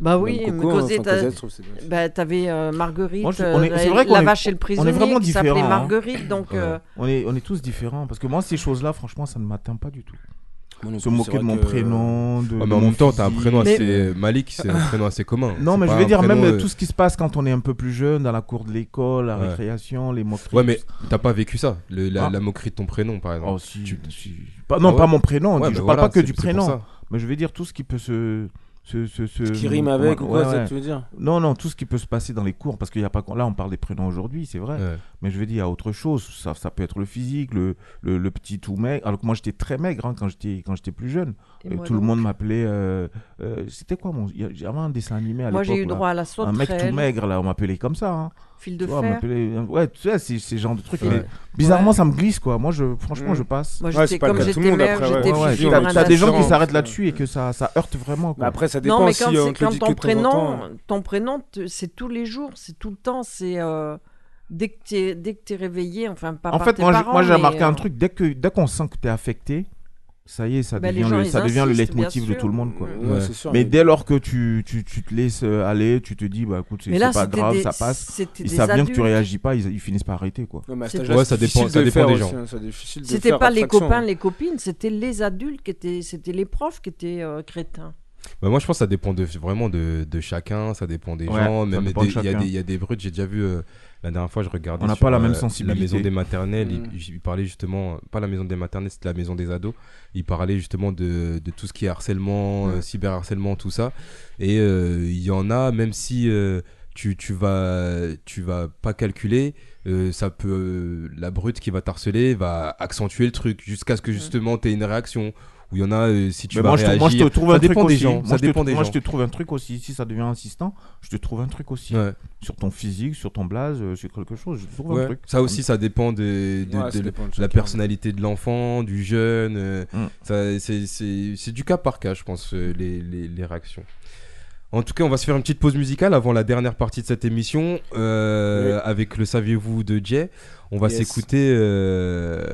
C: Bah oui,
B: Même
C: mais
B: Coco, hein,
C: Cosette.
B: enfin, Cosette, je trouve que c'est bien.
C: euh, bah, t'avais euh, Marguerite,
I: Moi, je-
C: euh,
I: on est- c'est
C: la-
I: vrai qu'on
C: la
I: est-
C: vache et le prisonnier
I: vraiment
C: qui s'appelait
I: différents, hein.
C: Marguerite, donc
A: Ouais.
C: euh,
I: on est, on est tous différents. Parce que moi, ces choses-là, franchement, ça ne m'atteint pas du tout.
B: Moi non
I: Se
B: plus,
I: moquer
B: c'est
I: de
B: vrai
I: mon
B: que-
I: prénom. De,
A: Ouais,
I: de
A: Ah, mais en
I: mon
A: même temps, t'as un
I: physique.
A: prénom
C: Mais-
A: assez. Malik, c'est un prénom assez commun.
I: Non,
A: C'est
I: mais je
A: pas
I: vais
A: un
I: dire,
A: prénom,
I: même
A: euh,
I: tout ce qui se passe quand on est un peu plus jeune, dans la cour de l'école, la
A: Ouais.
I: récréation, les moqueries.
A: Ouais, mais
I: tout ça.
A: euh, t'as pas vécu ça, le- la,
I: Ah.
A: la moquerie de ton prénom, par exemple.
I: Oh, si,
A: tu-
I: si. Pas- non,
A: Ah
I: pas
A: ouais.
I: mon prénom.
A: Ouais,
I: Oh, je
A: mais
I: parle
A: voilà,
I: pas que
A: c'est-
I: du
A: c'est pour
I: prénom.
A: ça.
I: Mais je vais dire tout ce qui peut se. se- se- se-
B: Qui rime avec ou
I: Ouais,
B: quoi,
I: ouais.
B: ça tu veux dire
I: Non, non, tout ce qui peut se passer dans les cours, parce qu'il n'y a pas. qu'on- Là, on parle des prénoms aujourd'hui, c'est vrai.
A: Ouais.
I: Mais je veux dire, il y a autre chose. Ça, ça peut être le physique, le, le, le petit tout maigre. Alors que moi, j'étais très maigre hein, quand j'étais quand j'étais plus jeune.
C: et
I: Euh,
C: moi,
I: tout le
C: donc.
I: monde m'appelait. euh, euh, C'était quoi mon. il y a- J'avais un dessin animé à
C: Moi,
I: l'époque.
C: j'ai eu
I: là.
C: droit à la
I: Un mec tout
C: sauterelle,
I: maigre, là, on m'appelait comme ça. hein.
C: fil
I: Tu
C: de
I: vois, on
C: fer.
I: m'appelait- euh, Ouais, tu sais, c'est c'est ce genre de truc.
C: Fil-
I: mais bizarrement, ça me glisse, quoi. Moi, je, franchement,
B: Mm.
I: je passe.
C: Moi,
B: Ouais,
C: j'étais
B: c'est pas le
C: comme
B: cas de tout le
C: j'étais
B: monde,
C: mère,
B: après, ouais.
C: j'étais
I: Ouais, ouais,
C: fille
I: t'as-
C: brun
B: t'as
I: T'as des gens qui
C: d'assurance.
I: s'arrêtent là-dessus et que ça, ça heurte vraiment.
B: Mais
I: Quoi.
B: après, ça dépend
C: Non, mais
B: si
C: quand,
B: euh,
C: c'est-
B: on te le
C: quand
B: dit que
C: ton
B: de temps en
C: prénom,
B: temps.
C: ton prénom, te- c'est tous les jours, c'est tout le temps, c'est euh, dès que t'es dès que t'es réveillé, enfin pas
I: en
C: par
I: fait,
C: tes
I: moi, j'ai-
C: parents,
I: moi, j'ai
C: mais,
I: remarqué
C: euh,
I: un truc. Dès que dès qu'on sent que t'es affecté, ça y est, ça
C: Bah, les
I: devient
C: gens,
I: le
C: ils
I: ça devient le
C: insistent, bien
I: leitmotiv de
C: sûr.
I: tout le monde, quoi.
B: Ouais,
A: Ouais.
B: c'est sûr.
I: Mais dès lors que tu, tu, tu te laisses euh, aller, tu te dis, bah écoute, c'est
C: Mais là,
I: c'est pas
C: c'était
I: grave,
C: des-
I: ça passe.
C: C'était
I: Ils
C: des
I: savent bien que tu
C: adultes.
I: réagis pas, ils, ils finissent par arrêter, quoi.
B: Non, mais à cet
C: C'est-
B: âge-là,
A: Ouais, ça
B: c'est difficile
A: dépend- ça
B: de
A: dépend
B: faire
A: des
B: aussi,
A: gens.
B: hein, c'est difficile de
C: C'était
B: faire
C: pas les
B: abstraction.
C: copains, les copines, c'était les adultes qui étaient, c'était les profs qui étaient euh, crétins.
A: Bah, moi, je pense que ça dépend de, vraiment de, de chacun, ça dépend des
I: Ouais,
A: gens.
I: ça
A: Même
I: dépend
A: des-
I: de
A: il y, a
I: chacun.
A: des- il y a des brutes, j'ai déjà vu. euh, la dernière fois, je regardais.
I: On n'a
A: sur,
I: pas la même
A: euh,
I: sensibilité.
A: La maison des maternelles,
B: Mm.
A: il, il parlait justement. Pas la maison des maternelles, c'était la maison des ados. Il parlait justement de, de tout ce qui est harcèlement, euh, cyberharcèlement, tout ça. Et euh, il y en a, même si. euh, tu, tu vas tu vas pas calculer euh, ça peut la brute qui va t'harceler va accentuer le truc jusqu'à ce que justement tu aies une réaction où il y en a, euh, si tu
I: Mais
A: vas
I: moi, je te-
A: réagir.
I: moi, je te trouve
A: ça
I: un truc
A: dépend des
I: aussi.
A: gens.
I: Moi,
A: ça
I: je te
A: dépend
I: trou-
A: des
I: moi,
A: gens.
I: je te trouve un truc aussi. Si ça devient insistant, je te trouve un truc aussi.
A: Ouais.
I: Sur ton physique, sur ton blaze, euh, sur quelque chose. Je te trouve
A: Ouais,
I: un truc.
A: Ça aussi, ça dépend des- de,
B: Ouais, ça
A: de-
B: dépend de
A: de la
B: chacun.
A: personnalité de l'enfant, du jeune. euh,
I: Mm.
A: ça- c'est- C'est c'est du cas par cas, je pense, euh, les, les- les réactions. En tout cas, on va se faire une petite pause musicale avant la dernière partie de cette émission euh, avec le Saviez-vous de Jay. On va
B: Yes.
A: s'écouter euh,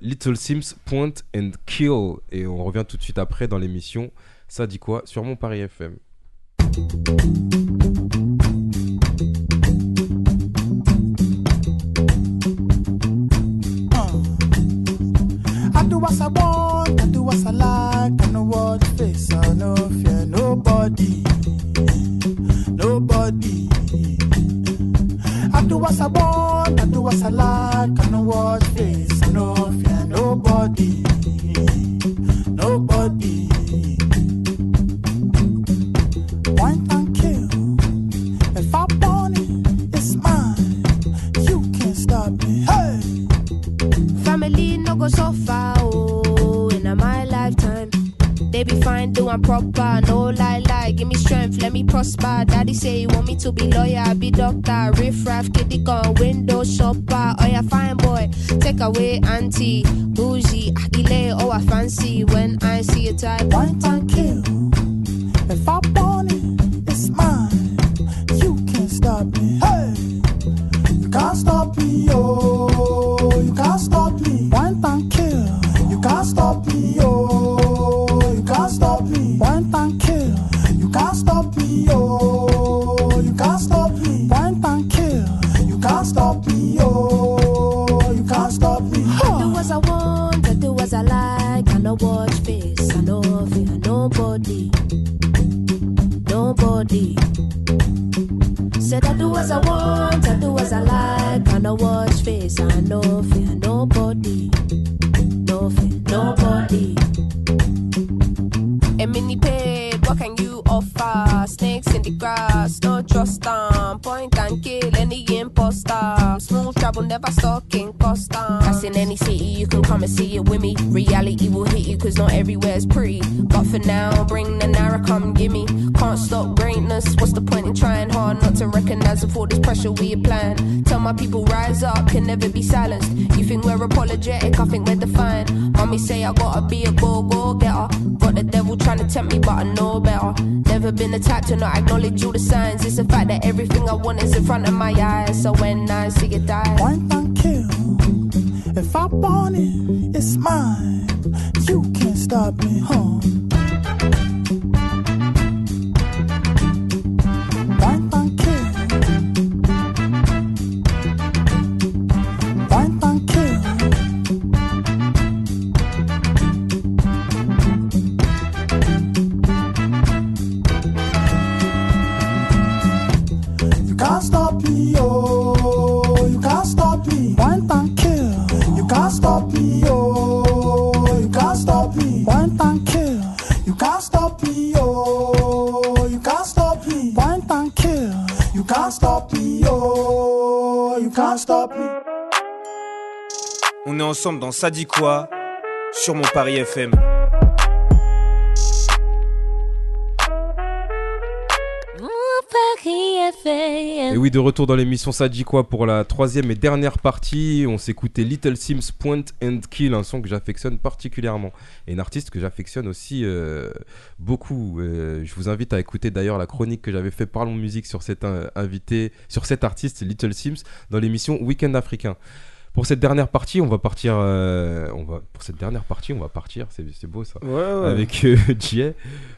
A: Little Sims Point and Kill et on revient tout de suite après dans l'émission. Ça dit quoi sur mon Paris FM
J: Hmm. I do what I want, I do what I like, I know what to face, I no fear nobody, nobody. I do what I want, I do what I like, I know what to face, I no fear nobody, nobody. Point and kill, if I want it, it's mine, you can't stop me, hey!
K: Family no go so far, oh, in a my lifetime. They be fine, do I'm proper, no lie, lie. Give me strength, let me prosper. Daddy say he want me to be lawyer, be doctor, riff raff, kitty gun, window shopper. Oh yeah, fine boy, take away auntie, bougie, agile, oh I fancy when I see a type.
J: Point and kill. If I want it, it's mine. You can't stop me. Hey, you can't stop me. Oh, you can't stop me. Point and kill. You can't stop me. Oh, you can't stop me. Point and kill. You can't stop me. Oh, you can't stop me. Point and kill. You can't stop me. Oh, you can't stop me.
K: I do as I want, I do as I like. I no watch face, I no fear nobody, nobody. Said I do as I want, I do as I like. I no watch face, I no fear nobody, no fear nobody. A mini pig, what can you offer? Snakes in the grass, no trust them. Point and kill any imposter. Smooth travel, never stuck in custom. That's in any city, you can come and see it with me. Reality will hit you, cause not everywhere's pretty. But for now, bring the narrow, come gimme. Can't stop greatness, what's the point in trying hard not to recognize if all this pressure we applying? Tell my people, rise up, can never be silenced. You think we're apologetic, I think we're defiant. Mommy say I gotta be a go go getter. Got the devil trying to tempt me, but I know better. Never been the type to not acknowledge all the signs. It's the fact that everything I want is in front of my eyes. So when I see it die,
J: Point and kill. If I want it, it's mine. You can't stop me, huh? Point and kill. Point and kill. You can't stop me, oh, you can't stop me. Point and kill. You can't stop me, oh, you can't stop me. Point and kill. You can't stop me, oh, you can't stop me. Point and kill. You can't stop me, oh, you can't stop me.
G: On est ensemble dans Ça dit quoi sur mon Paris FM.
A: Et oui, de retour dans l'émission Ça dit quoi pour la troisième et dernière partie. On s'écoutait Little Sims Point and Kill, un son que j'affectionne particulièrement. Et une artiste que j'affectionne aussi euh, beaucoup. Euh, je vous invite à écouter d'ailleurs la chronique que j'avais fait Parlons Musique sur cet euh, invité, sur cet artiste Little Sims dans l'émission Weekend Africain. Pour cette dernière partie, on va partir. euh, on va, pour cette dernière partie, on va partir. C'est c'est beau ça.
B: Ouais, ouais.
A: Avec euh, Jay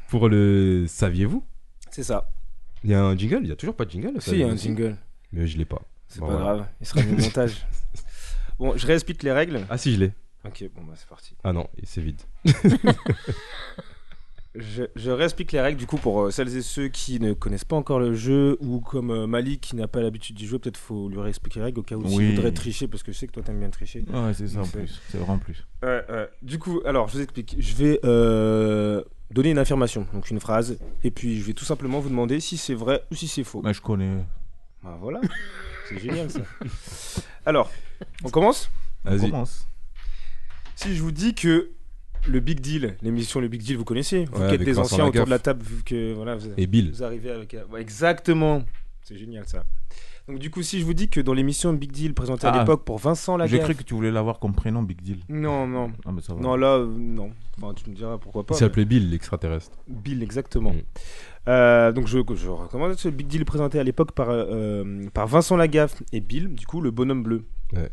A: pour le Saviez-vous
B: C'est ça.
A: Il y a un jingle Il y a toujours pas de jingle
B: Si, il y a un
A: Saviez-vous
B: single.
A: mais je l'ai pas.
B: C'est
A: Bon,
B: pas
A: voilà.
B: grave, il sera mis au montage. Bon, je réexplique les règles.
A: Ah si, je l'ai.
B: Ok, bon, bah c'est parti.
A: Ah non, et c'est vide.
B: Je, je réexplique les règles du coup pour euh, celles et ceux qui ne connaissent pas encore le jeu ou comme euh, Malik qui n'a pas l'habitude d'y jouer, peut-être faut lui réexpliquer les règles au cas où
I: Oui.
B: il voudrait tricher parce que je sais que toi t'aimes bien tricher.
I: Ouais, c'est ça en
B: C'est-
I: plus. C'est vraiment plus.
B: Ouais, ouais. Du coup, alors je vous explique. Je vais euh, donner une affirmation, donc une phrase, et puis je vais tout simplement vous demander si c'est vrai ou si c'est faux.
I: Ouais, je connais.
B: Bah, voilà, c'est génial ça. Alors, on commence
I: On
B: Ah,
A: Vas-y.
I: commence.
B: Si je vous dis que le Big Deal, l'émission Le Big Deal, vous connaissez. Vous
A: Ouais,
B: qui êtes
A: avec
B: des
A: Vincent
B: anciens autour
A: Lagaffe.
B: de la table, vu que voilà. Vous,
A: Et Bill.
B: Vous arrivez avec. euh, ouais, exactement. C'est génial ça. Donc du coup, si je vous dis que dans l'émission Big Deal présentée à
I: Ah.
B: l'époque pour Vincent Lagaffe.
I: J'ai cru que tu voulais l'avoir comme prénom, Big Deal.
B: Non, non.
I: Ah, mais ça va.
B: Non, là, euh, non. Enfin, tu me diras pourquoi pas.
A: Il
B: mais-
A: s'appelait Bill, l'extraterrestre.
B: Bill, exactement.
I: Mm.
B: Euh, donc je, je recommande ce Big Deal présenté à l'époque par, euh, par Vincent Lagaffe et Bill, du coup le bonhomme bleu.
A: Ouais.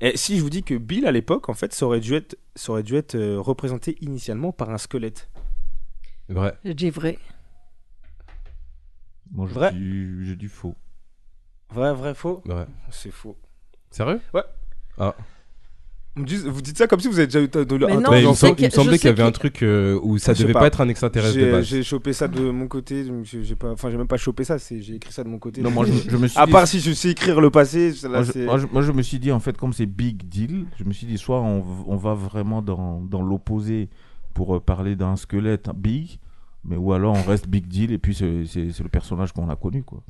B: Et si je vous dis que Bill à l'époque, en fait, ça aurait dû être, ça aurait dû être euh, représenté initialement par un squelette.
A: Vrai.
C: J'ai vrai.
I: Moi, je
B: Vrai.
I: dis- je dis faux.
B: Vrai, vrai, faux
A: Ouais.
B: C'est faux.
A: Sérieux
B: Ouais.
A: Ah.
B: Vous me dites- vous dites ça comme si vous avez déjà eu de
C: Mais non,
A: Mais
C: je
A: il me,
C: sais
A: sem- il
C: que-
A: me
C: je
A: semblait qu'il y
C: sais
A: avait un
C: qu'il-
A: truc euh, où ça
B: Je sais
A: devait
B: pas.
A: pas. être un extraterrestre de
B: J'ai
A: base.
B: j'ai chopé ça de mon côté, donc j'ai j'ai pas, enfin j'ai même pas chopé ça, c'est- j'ai écrit ça de mon côté.
I: Non, moi, je- je me suis
B: à
I: dit-
B: part si je sais écrire le passé, ça, là,
I: moi, je,
B: c'est-
I: moi, je- moi, je me suis dit, en fait, comme c'est big deal, je me suis dit, soit on, v- on va vraiment dans, dans l'opposé pour euh, parler d'un squelette big, mais ou alors on reste big deal et puis c'est c'est- c'est le personnage qu'on a connu, quoi.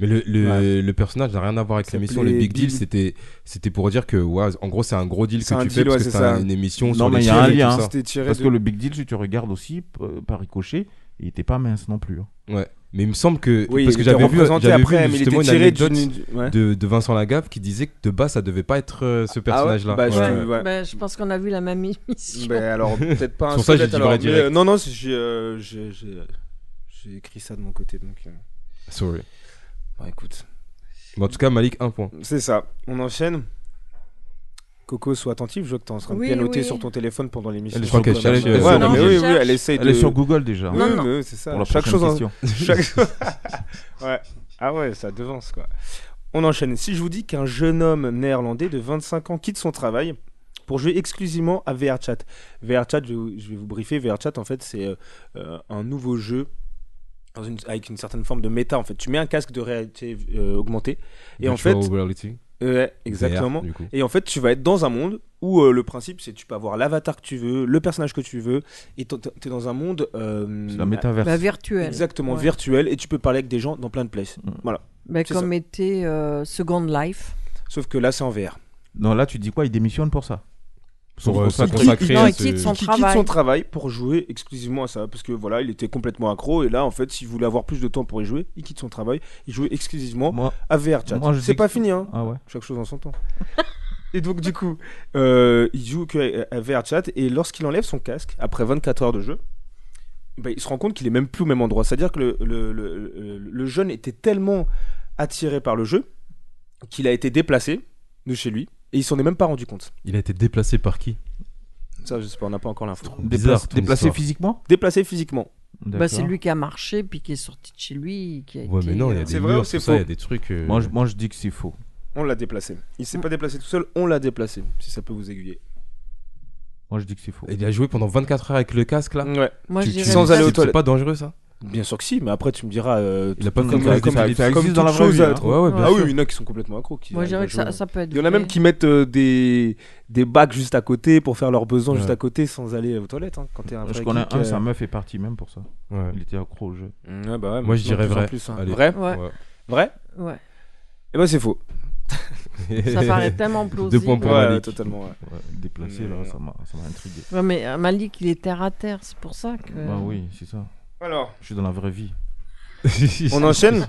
A: Mais le, le, le personnage n'a rien à voir avec
B: Ça
A: l'émission. Le Big
B: s'appelait
A: Deal, c'était c'était pour dire que, ouais, en gros, c'est un gros deal
B: C'est
A: que
B: un
A: tu
B: deal,
A: fais parce
B: ouais,
A: que
B: c'est
A: c'est
B: ça.
A: une émission
I: Non,
A: sur
I: mais
A: les
I: il y a un
A: films et tout
I: lien. hein.
A: ça.
B: C'était tiré
I: Parce
B: de-
I: que le big deal, si tu regardes aussi, p- euh, par ricochet, il était pas mince non plus. hein.
A: Ouais. Mais il me semble que.
B: Oui,
A: parce
B: il
A: que
B: était
A: j'avais vu,
B: représenté
A: j'avais
B: après,
A: vu
B: mais il
A: justement
B: était
A: une
B: tiré
A: anecdote
B: d'une- ouais.
A: de, de Vincent Lagaffe qui disait que de base, ça devait pas être euh, ce personnage-là.
B: Bah, je-
A: Ouais.
B: ouais.
C: Ben, je pense qu'on a vu la même émission.
B: Ben alors peut-être pas un
A: C'est pour ça
B: squelette
A: que j'ai dit
B: alors.
A: vrai
B: mais,
A: direct.
B: euh, non non, c'est- j'ai euh, j'ai- j'ai- j'ai écrit ça de mon côté donc. euh,
A: Sorry.
B: bah, écoute,
A: Bon, en tout cas, Malik, un point.
B: c'est ça. On enchaîne. Coco, sois attentif, je vois que t'es en train de
C: Oui,
B: pianoter
C: oui.
B: sur ton téléphone pendant l'émission.
A: Elle- je crois qu'elle
B: Ouais,
A: cherche,
B: ouais,
A: euh,
B: ouais,
A: sur
B: non, mais
C: Google.
B: oui, oui, elle essaye
I: Elle
B: de...
I: est sur Google déjà. hein,
B: Oui,
C: Non,
B: oui,
C: non.
B: mais oui, c'est ça.
I: Pour la
B: Chaque
I: prochaine
B: chose en-
I: question.
B: Chaque- ouais. Ah ouais, ça devance quoi. On enchaîne. Si je vous dis qu'un jeune homme néerlandais de 25 ans quitte son travail pour jouer exclusivement à VRChat. VRChat, je, vais vous- je vais vous briefer. VRChat, en fait, c'est euh, euh, un nouveau jeu dans une- avec une certaine forme de méta. En fait, tu mets un casque de réalité euh, augmentée et en fait, euh,
A: Virtual reality.
B: ouais, exactement.
A: VR, du coup.
B: Et en fait, tu vas être dans un monde où euh, le principe, c'est que tu peux avoir l'avatar que tu veux, le personnage que tu veux, et t'es dans un monde. euh,
I: C'est la métaverse.
C: Ben, virtuel.
B: Exactement,
C: Ouais.
B: virtuel, et tu peux parler avec des gens dans plein de places.
I: Mm.
B: Voilà.
C: Ben,
B: c'est
C: comme était euh, Second Life.
B: Sauf que là, c'est en VR.
I: Non, là, tu dis quoi Il démissionne pour ça
A: Pour euh,
I: Sauf
A: se
I: pour ça,
A: consacrer
C: non,
A: à
C: il
I: Euh,
C: quitte
A: ce.
C: son-
B: Qui quitte
C: travail.
B: son travail pour jouer exclusivement à ça, parce que voilà, il était complètement accro, et là, en fait, s'il voulait avoir plus de temps pour y jouer, il quitte son travail, il jouait exclusivement
I: Moi,
B: à VR chat.
I: moi, je
B: C'est
I: dis
B: pas
I: que-
B: fini, hein.
I: Ah ouais.
B: Chaque chose en son temps. et donc, du coup, euh, il joue que à VR chat, et lorsqu'il enlève son casque, après 24 heures de jeu, ben, il se rend compte qu'il est même plus au même endroit. C'est-à-dire que le, le- le- le- le jeune était tellement attiré par le jeu qu'il a été déplacé de chez lui et il s'en est même pas rendu compte.
A: Il a été déplacé par qui
B: Ça, je sais pas, on n'a pas encore l'info.
A: Bizarre,
I: Déplace-
A: ton
I: Déplacé
A: histoire.
I: physiquement
B: Déplacé physiquement.
C: Ben, c'est lui qui a marché, puis qui est sorti de chez lui. Qui a
A: Ouais,
C: été,
A: mais non, il y
C: euh,
A: a
B: C'est
A: des
B: vrai ou
A: murs,
B: c'est
A: tout ça, il y a
B: faux
A: des trucs. euh,
I: Moi, je- moi, je dis que c'est faux.
B: On l'a déplacé. Il s'est pas déplacé tout seul, on l'a déplacé, si ça peut vous aiguiller.
I: Moi, je dis que c'est faux.
A: Il a joué pendant 24 heures avec le casque là.
B: Ouais.
C: Moi,
A: Tu-
C: je
A: tu-
C: dirais
B: Sans
C: le
B: aller
C: casque.
B: aux
A: c'est- C'est
B: toilettes.
A: pas dangereux ça
B: Bah, Bien sûr que si, mais après tu me diras. euh,
A: Il a pas
B: tout-
A: comme
B: comme,
A: ça,
B: comme,
I: ça- ça
B: comme
I: existe
B: toute
I: dans la vraie
B: chose
I: vie,
B: à
I: hein.
B: trop-
A: Ouais, ouais, bien
B: Ah oui,
A: sûr.
B: il y en a qui sont complètement accros. qui
C: Moi, je
B: arrivent
C: dirais
B: à
C: que
B: jouer.
C: ça, ça peut être.
B: Il y en a même
C: vrai.
B: qui mettent euh, des, des bacs juste à côté pour faire leurs besoins
A: Ouais.
B: juste à côté sans aller aux toilettes. hein, quand t'es un
I: je
B: vrai
I: connais
B: geek,
I: un,
B: euh.
I: sa meuf est partie même pour ça.
A: Ouais.
I: Il était accro au jeu.
B: Ouais, bah ouais,
A: Moi, je
B: maintenant, de
A: dirais
B: plus en
A: vrai.
B: plus, hein.
A: Allez.
B: Vrai
C: Ouais,
B: Vrai
C: ouais.
B: Eh ben c'est faux.
C: Ça paraît tellement plausible.
A: Deux points pour
B: Ouais,
A: Malik.
B: totalement. ouais.
I: Ouais, déplacé,
B: Non,
I: là,
B: non.
I: ça m'a ça m'a intrigué.
C: Ouais, mais euh, Malik, il est terre à terre, c'est pour ça que.
I: Bah oui, c'est ça.
B: Alors,
I: Je suis dans la vraie vie.
B: on enchaîne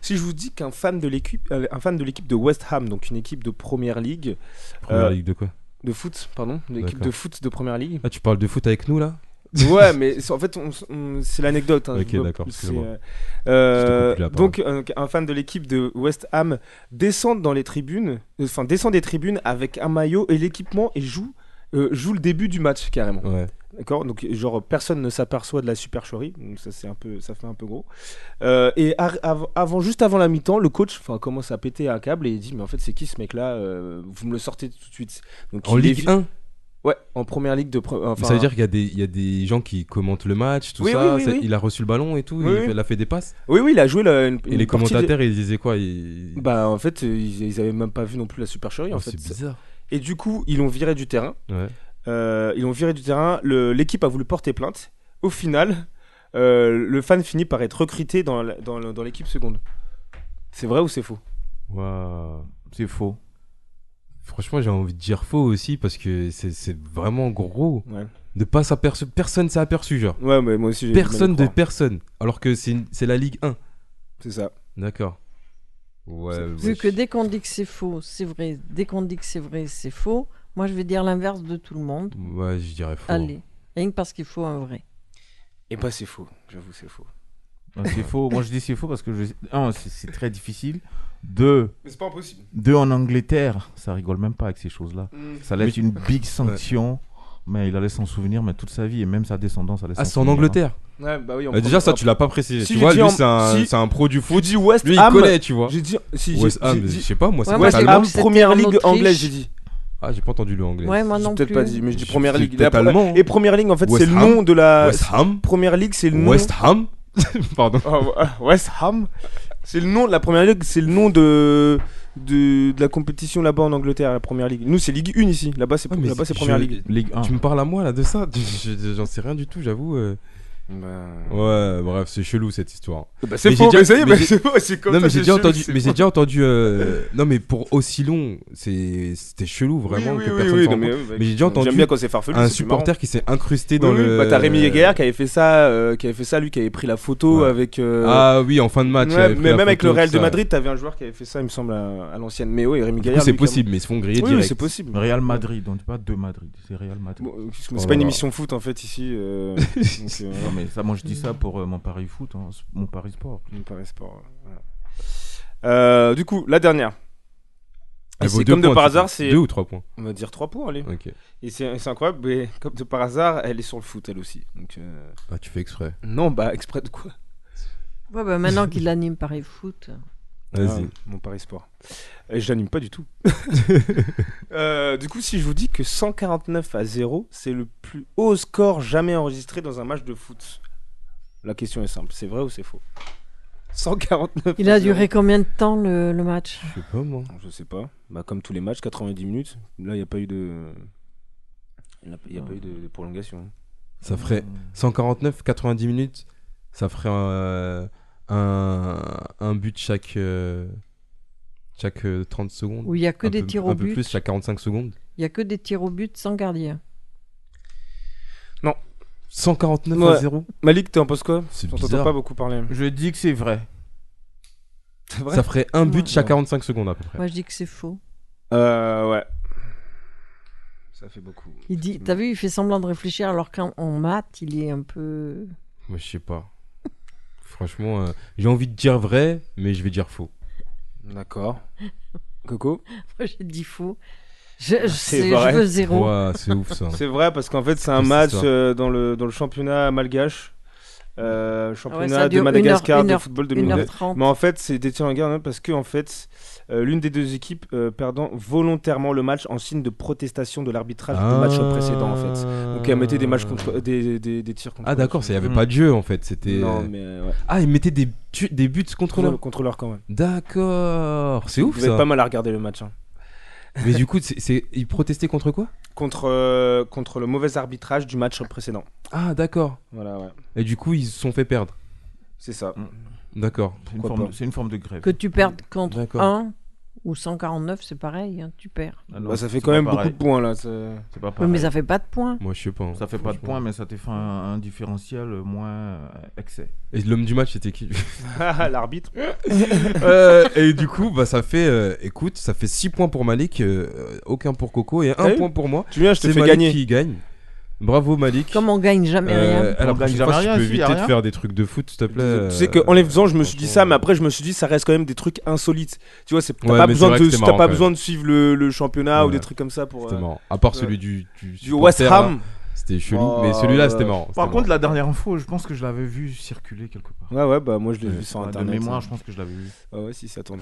B: Si je vous dis qu'un fan de l'équipe euh, un fan de l'équipe de West Ham, donc une équipe de première ligue
A: Première
B: Euh,
A: ligue de quoi
B: de foot, pardon, une équipe
A: D'accord.
B: de foot de première ligue.
A: Ah, tu parles de foot avec nous là
B: Ouais, mais c'est- en fait, on s- on- c'est l'anecdote. hein,
A: Ok,
B: je vois-
A: d'accord,
B: c'est,
A: excuse-moi.
B: euh, euh,
A: Je te coupe la parole.
B: donc, un, un fan de l'équipe de West Ham descend dans les tribunes, euh, enfin descend des tribunes avec un maillot et l'équipement et joue, euh, joue le début du match carrément.
A: Ouais.
B: D'accord. Donc, genre personne ne s'aperçoit de la supercherie. Donc ça, c'est un peu, ça fait un peu gros. Euh, et ar- av- avant, juste avant la mi-temps, le coach, enfin, commence à péter un câble et il dit, mais en fait, c'est qui ce mec-là Euh, Vous me le sortez tout de suite. Donc,
A: En
B: il
A: Ligue
B: est-
A: 1
B: Ouais, en première ligue de. pre- Enfin,
A: Ça veut dire qu'il y a des- il y, a des gens qui commentent le match, tout
B: Oui, oui,
A: ça.
B: oui,
A: c'est-
B: oui.
A: Il a reçu le ballon et tout.
B: Oui,
A: il,
B: oui.
A: fait- il a fait des passes.
B: Oui, oui, il a joué la, une,
A: et
B: une
A: les
B: partie de-
A: commentateurs, ils disaient quoi ils...
B: Bah en fait, euh, ils, ils avaient même pas vu non plus la supercherie
A: Oh,
B: en fait.
A: C'est bizarre.
B: Et du coup, ils l'ont viré du terrain.
A: Ouais.
B: Euh, ils l'ont viré du terrain. Le- L'équipe a voulu porter plainte. Au final, euh, le fan finit par être recruté dans la- dans le- dans l'équipe seconde. C'est vrai ou c'est faux
A: Waouh.
I: C'est faux.
A: Franchement, j'ai envie de dire faux aussi parce que c'est- c'est vraiment gros.
B: Ouais.
A: De pas s'aperçu, personne s'est aperçu, genre.
B: Ouais, mais moi aussi, j'ai du mal à
A: Personne
B: y
A: de
B: croire.
A: personne. Alors que c'est une- c'est la Ligue 1.
B: C'est ça.
A: D'accord. Ouais,
C: Vu
A: ouais.
C: que dès qu'on dit que c'est faux, c'est vrai. Dès qu'on dit que c'est vrai, c'est faux. Moi, je vais dire l'inverse de tout le monde.
A: Ouais, je dirais faux.
C: Allez, rien que parce qu'il faut un vrai.
B: Et bah, c'est faux. J'avoue, c'est faux.
I: Ah, c'est faux. Moi, je dis c'est faux parce que je... un, c'est- c'est très difficile. Deux.
B: Mais c'est pas impossible.
I: Deux en Angleterre, ça rigole même pas avec ces choses-là.
B: Mm.
I: Ça allait être
A: Mais-
I: une big sanction. Mais il allait s'en souvenir, mais toute sa vie et même sa descendance allait
A: Ah,
I: s'en
A: c'est en
I: souvenir, hein.
A: Angleterre.
B: Ouais, bah oui, en
A: Euh, déjà,
B: premier-
A: ça, tu l'as pas précisé.
B: Si,
A: tu
B: j'ai
A: vois,
B: dit
A: lui,
B: en-
A: c'est un,
B: si.
A: c'est un pro du foot.
B: J'ai dit West
A: Lui,
B: Ham.
A: il connaît, tu vois.
B: J'ai dit- si, j'ai-
A: West Ham,
B: j'ai-
A: je sais pas, moi,
B: Ouais,
A: c'est
B: West
A: totalement-
B: Ham, première ligue anglaise, j'ai dit.
A: Ah, j'ai pas entendu le anglais.
C: Ouais, moi non
B: J'ai peut-être
C: plus.
B: pas dit, mais je dis première
A: C'est
B: ligue.
A: peut-être
B: La-
A: allemand. hein.
B: Et première ligue, en fait,
A: West
B: c'est le
A: Ham.
B: nom de la.
A: West Ham.
B: Première ligue, c'est le nom.
A: West Ham Pardon.
B: Oh, ouais, West Ham. C'est le nom de la première ligue, c'est le nom de. De, de la compétition là-bas en Angleterre, la première ligue. Nous, c'est Ligue 1 ici. Là-bas, c'est
A: Ah, mais
B: là-bas, c'est
A: je-
B: première ligue.
A: Tu me parles à moi là de ça Je- je- J'en sais rien du tout, j'avoue. euh. Ouais, bref, c'est chelou cette histoire.
B: Bah, c'est
A: Mais
B: faux,
A: j'ai déjà-
B: mais ça y est, bah,
A: j'ai-
B: c'est faux, c'est comme
A: Non,
B: ça,
A: mais j'ai
B: c'est
A: déjà
B: chelou,
A: entendu.
B: c'est
A: Mais j'ai
B: faux.
A: déjà entendu. euh, Non, mais pour aussi long, c'est- c'était chelou vraiment.
B: oui,
A: que
B: oui,
A: personne
B: oui,
A: s'en
B: non, mais
A: rende
B: oui,
A: compte.
B: bah,
A: j'ai déjà
B: j'aime
A: entendu.
B: bien quand c'est farfelu,
A: Un
B: c'est plus
A: supporter
B: marrant.
A: qui s'est incrusté dans
B: Oui, oui,
A: le.
B: bah, t'as Rémi Yeguer qui avait fait ça, euh, qui avait fait ça, lui qui avait pris la photo
A: Ouais.
B: avec. euh,
A: Ah oui, en fin de match, il
B: Ouais,
A: avait
B: mais
A: pris
B: même
A: la
B: avec
A: photo,
B: le Real
A: tout
B: de
A: ça.
B: Madrid, t'avais un joueur qui avait fait ça, il me semble, à, à l'ancienne. Mais oui, Rémi
I: Du coup,
B: Gaillard.
I: c'est
B: lui, quand
I: possible,
B: même.
I: mais ils se font griller
B: Oui, oui,
I: direct.
B: c'est possible.
I: Real Madrid, on dit pas de Madrid, c'est Real Madrid.
B: Bon, excuse-moi,
I: Oh
B: c'est
I: là
B: pas une
I: là.
B: émission foot en fait ici. euh, donc, euh,
I: Non, mais ça, moi je dis ça pour euh, mon Paris foot, hein, mon Paris sport.
B: Mon Paris sport. Euh, du coup, la dernière.
A: Elle
B: Et
A: vaut
B: c'est
A: Ah, deux
B: comme de
A: points,
B: par
A: tu
B: hasard,
A: dis.
B: c'est.
A: Deux ou trois points
B: On va dire trois points, allez.
A: Ok.
B: Et c'est c'est incroyable, mais comme de par hasard, elle est sur le foot elle aussi. Donc, euh,
A: Ah, tu fais exprès.
B: Non, bah, exprès de quoi
C: Ouais, bah, maintenant qu'il anime Paris Foot.
A: Vas-y.
B: Ah, mon Paris Sport. Et je l'anime pas du tout. Euh, du coup, si je vous dis que 149 à 0, c'est le plus haut score jamais enregistré dans un match de foot. La question est simple, c'est vrai ou c'est faux 149
C: Il a
B: à 0.
C: duré combien de temps le, le match
A: Je sais pas moi.
B: Je sais pas. Bah, comme tous les matchs, 90 minutes. Là, il n'y a pas eu de. Il n'y a, il y a pas eu de, de prolongation.
A: Ça ferait
I: Hmm.
A: 149, 90 minutes. Ça ferait euh, un, un but chaque, euh, chaque euh, 30 secondes.
C: Où il y a que
A: Un
C: des
A: peu-
C: tirs au
A: Un peu
C: but.
A: plus, chaque 45 secondes.
C: Il n'y a que des tirs au but sans gardien.
A: 149 à
B: Ouais.
A: 0.
B: Malik, t'en penses quoi
A: C'est
B: On t'entend
A: bizarre.
B: pas beaucoup parler.
I: Je dis que c'est vrai.
B: C'est vrai
A: Ça ferait un but
C: Ouais.
A: chaque 45 secondes à peu près.
C: Moi, je dis que c'est faux.
B: Euh, ouais. Ça fait beaucoup.
C: Il dit,
A: Mm.
C: t'as vu, il fait semblant de réfléchir alors qu'en en maths, il est un peu.
A: Moi, je sais pas. Franchement, euh, j'ai envie de dire vrai, mais je vais dire faux.
B: D'accord. Coco
C: Moi, j'ai dit faux. Je,
A: Ah,
C: je,
B: C'est
C: sais,
B: vrai.
C: je veux zéro.
A: Ouah, c'est ouf ça.
B: C'est vrai parce qu'en fait c'est un
A: Triste
B: match
A: histoire.
B: euh, dans, le, dans le championnat malgache, euh,
C: Ouais,
B: championnat
C: ça
B: de
C: dure une
B: Madagascar
C: heure- une
B: de
C: heure-
B: football de
C: une heure
B: mineurs.
C: trente.
B: Mais en fait c'est des tirs en guerre parce que en fait euh, l'une des deux équipes euh, perdant volontairement le match en signe de protestation de l'arbitrage du match
A: Ah.
B: précédent en fait. Donc elle mettait des matchs contre des, des, des tirs contre.
A: Ah d'accord, il n'y avait
I: Mm.
A: pas de jeu en fait, c'était...
B: Non mais euh, ouais.
A: Ah, ils mettaient des, tu- des buts contre
B: Contre,
A: leur...
B: contre leur camp. Ouais.
A: D'accord, c'est
B: Vous
A: ouf
B: avez
A: ça.
B: pas mal à regarder le match. hein.
A: Mais du coup, c'est- c'est ils protestaient contre quoi
B: Contre euh, contre le mauvais arbitrage du match précédent.
A: Ah d'accord.
B: Voilà ouais.
A: Et du coup, ils se sont fait perdre.
B: C'est ça.
A: D'accord.
I: C'est une,
B: Pourquoi
I: forme-
B: pas.
I: c'est une forme de grève.
C: Que tu perdes contre
A: D'accord.
C: 1 ou 149, c'est pareil, hein, tu perds.
I: Ah non,
B: Bah, ça fait
I: c'est
B: quand
I: pas
B: même
I: pareil.
B: beaucoup de points là. c'est-
I: C'est pas
C: Oui, mais
I: pareil.
C: ça fait pas de points.
A: Moi, je sais pas. hein.
I: Ça fait pas de
A: Franchement.
I: points, mais ça te fait un, un différentiel euh, moins euh, excès.
A: Et l'homme du match, c'était qui
B: Ah, L'arbitre.
A: Euh, Et du coup, bah ça fait... euh, écoute, ça fait 6 points pour Malik, euh, aucun pour Coco et 1
B: Eh oui.
A: point pour moi.
B: Tu viens, je te
A: C'est
B: fais
A: Malik
B: gagner.
A: qui gagne. Bravo Malik.
C: Comme on gagne jamais rien.
A: Euh, à la
I: On gagne
A: prochaine fois,
I: jamais
A: si
I: rien,
A: tu peux
I: si, y a
A: éviter de
I: rien.
A: faire des trucs de foot, s'il te plaît.
B: Tu sais
A: euh,
B: qu'en les faisant, je me suis dit ça,
A: franchement,
B: mais après, je me suis dit, ça reste quand même des trucs insolites. Tu vois, c'est t'as
A: Ouais,
B: pas,
A: mais c'est
B: besoin
A: vrai
B: de,
A: que c'était
B: t'as
A: marrant,
B: pas
A: quand
B: besoin de suivre le, le championnat ou
A: Ouais.
B: des trucs comme ça pour.
A: C'était
B: euh,
A: marrant. À part
B: ouais.
A: celui du, du,
B: Du West
A: supporter, là,
B: Ham.
A: C'était chelou,
B: Oh,
A: mais celui-là,
B: ouais.
A: c'était marrant.
I: Par
A: c'était
I: contre, la dernière info, je pense que je l'avais vu circuler quelque part.
B: Ouais, ouais, bah moi, je l'ai
A: Ouais,
B: vu sur
I: Ah,
B: internet.
I: De mémoire, je pense que je l'avais vu.
B: Ouais, ouais, si, ça tourne.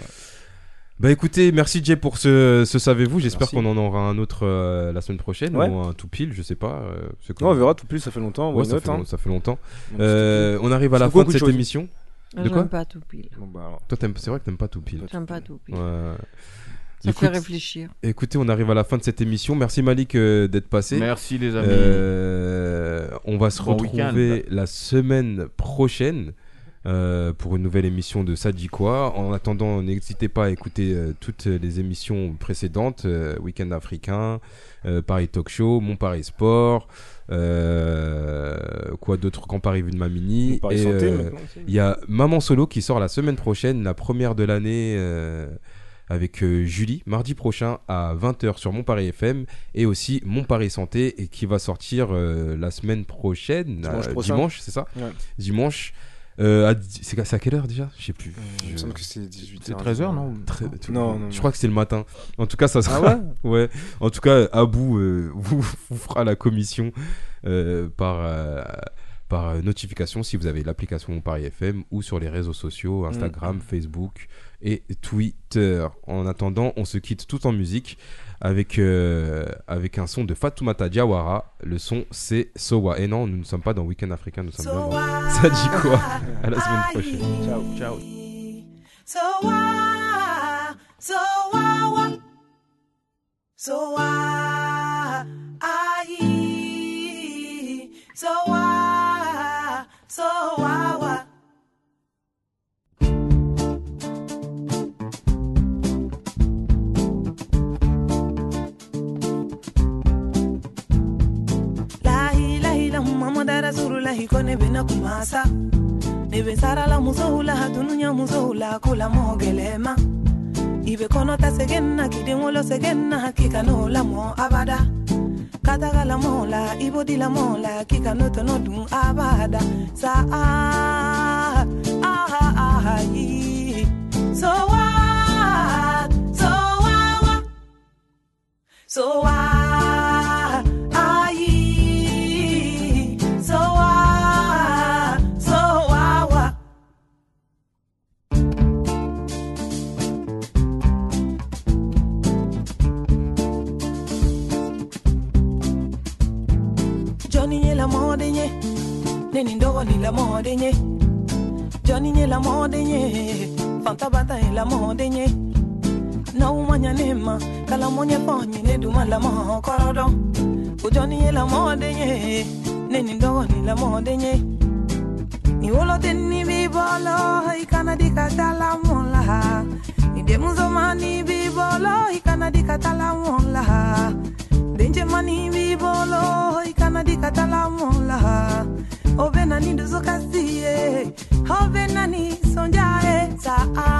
A: Bah écoutez, merci Jay pour ce, ce savez-vous. J'espère
B: euh, Merci.
A: qu'on en aura un autre euh, la semaine prochaine
B: Ouais.
A: ou un tout pile, je sais pas. euh, c'est
B: Non,
A: quoi.
B: on verra tout plus, ça fait longtemps.
A: Ouais,
B: Ouais,
A: ça,
B: note,
A: fait,
B: hein.
A: ça fait longtemps.
B: Donc,
A: Euh, on arrive à la
B: C'est
A: fin
B: beaucoup
A: de
B: de
A: cette
B: choses.
A: émission.
C: Ah,
A: de quoi
C: J'aime pas tout pile.
B: c'était- Bon, bah, alors.
A: Toi, t'aimes- c'est vrai que t'aimes pas tout pile.
C: J'aime pas tout pile.
A: Ouais.
C: Ça
A: Écoute,
C: fait réfléchir.
A: écoutez, on arrive à la fin de cette émission. Merci Malik euh, d'être passé.
I: Merci les amis.
A: Euh, on va se
I: Bon
A: retrouver
I: week-end.
A: la semaine prochaine euh, pour une nouvelle émission de Ça dit quoi. En attendant, n'hésitez pas à écouter euh, toutes les émissions précédentes euh, Week-end africain, euh, Paris Talk Show, Mon Paris Sport. euh, quoi d'autre Grand Paris Vue de Mamini
B: Paris
A: Et,
B: Santé,
A: euh,
B: maintenant aussi.
A: il y a Maman Solo qui sort la semaine prochaine, la première de l'année euh, avec euh, Julie, mardi prochain à 20h sur Mon Paris FM et aussi Mon Paris Santé et qui va sortir euh, la semaine prochaine,
B: Dimanche
A: euh,
B: prochain.
A: dimanche, c'est ça
B: Ouais.
A: Dimanche. euh, à dix- c'est à- c'est à quelle heure déjà Je sais plus.
B: il me
A: Je-
B: semble que c'est 18
I: C'est 13 heures, non
A: Très-
B: Non, non,
A: Je
B: non.
A: crois que c'est le matin. En tout cas, ça sera.
B: Ah
A: ouais. En tout cas, Abou euh, vous, vous fera la commission euh, par, euh, par euh, notification si vous avez l'application Paris FM ou sur les réseaux sociaux Instagram, Facebook et Twitter. En attendant, on se quitte tout en musique avec, euh, avec un son de Fatoumata Diawara. Le son, c'est Sowa. Et non, nous ne sommes pas dans Weekend Africain, nous sommes bien dans. Ça dit quoi À la semaine prochaine. Ciao, ciao.
L: So why? So why? why? So why? I. So why? So why? why?
D: La ilaha illa Muhammad Rasulullah kone bena kumasa Nebe sara la muzoula hatununya muzoula kula mogelema Ibe kono ta segena kidemolo segena hakika no la mo abada Kataga la mola ibodi la mola kika no tono dun abada Sa ah ah ah ah yi
L: So what? So why? why? So why?
D: ah,
L: I. So why? So why? why?
D: Johnny nye la mode nye Neni ndogo ni la mode nye Johnny nye la mode nye Fanta bata e la mode nye Na umanya nema Kala monye ponye ne duma la mo korodo Ujoni nye la mode nye Neni ndogo ni la mode nye Iwolo teni bibolo Ikana di katala mola Idemuzo mani bibolo Ikana di katala mola Denje mani bibolo ikana di katala mola Ove nani duzo kasiye Ove nani sonjae saa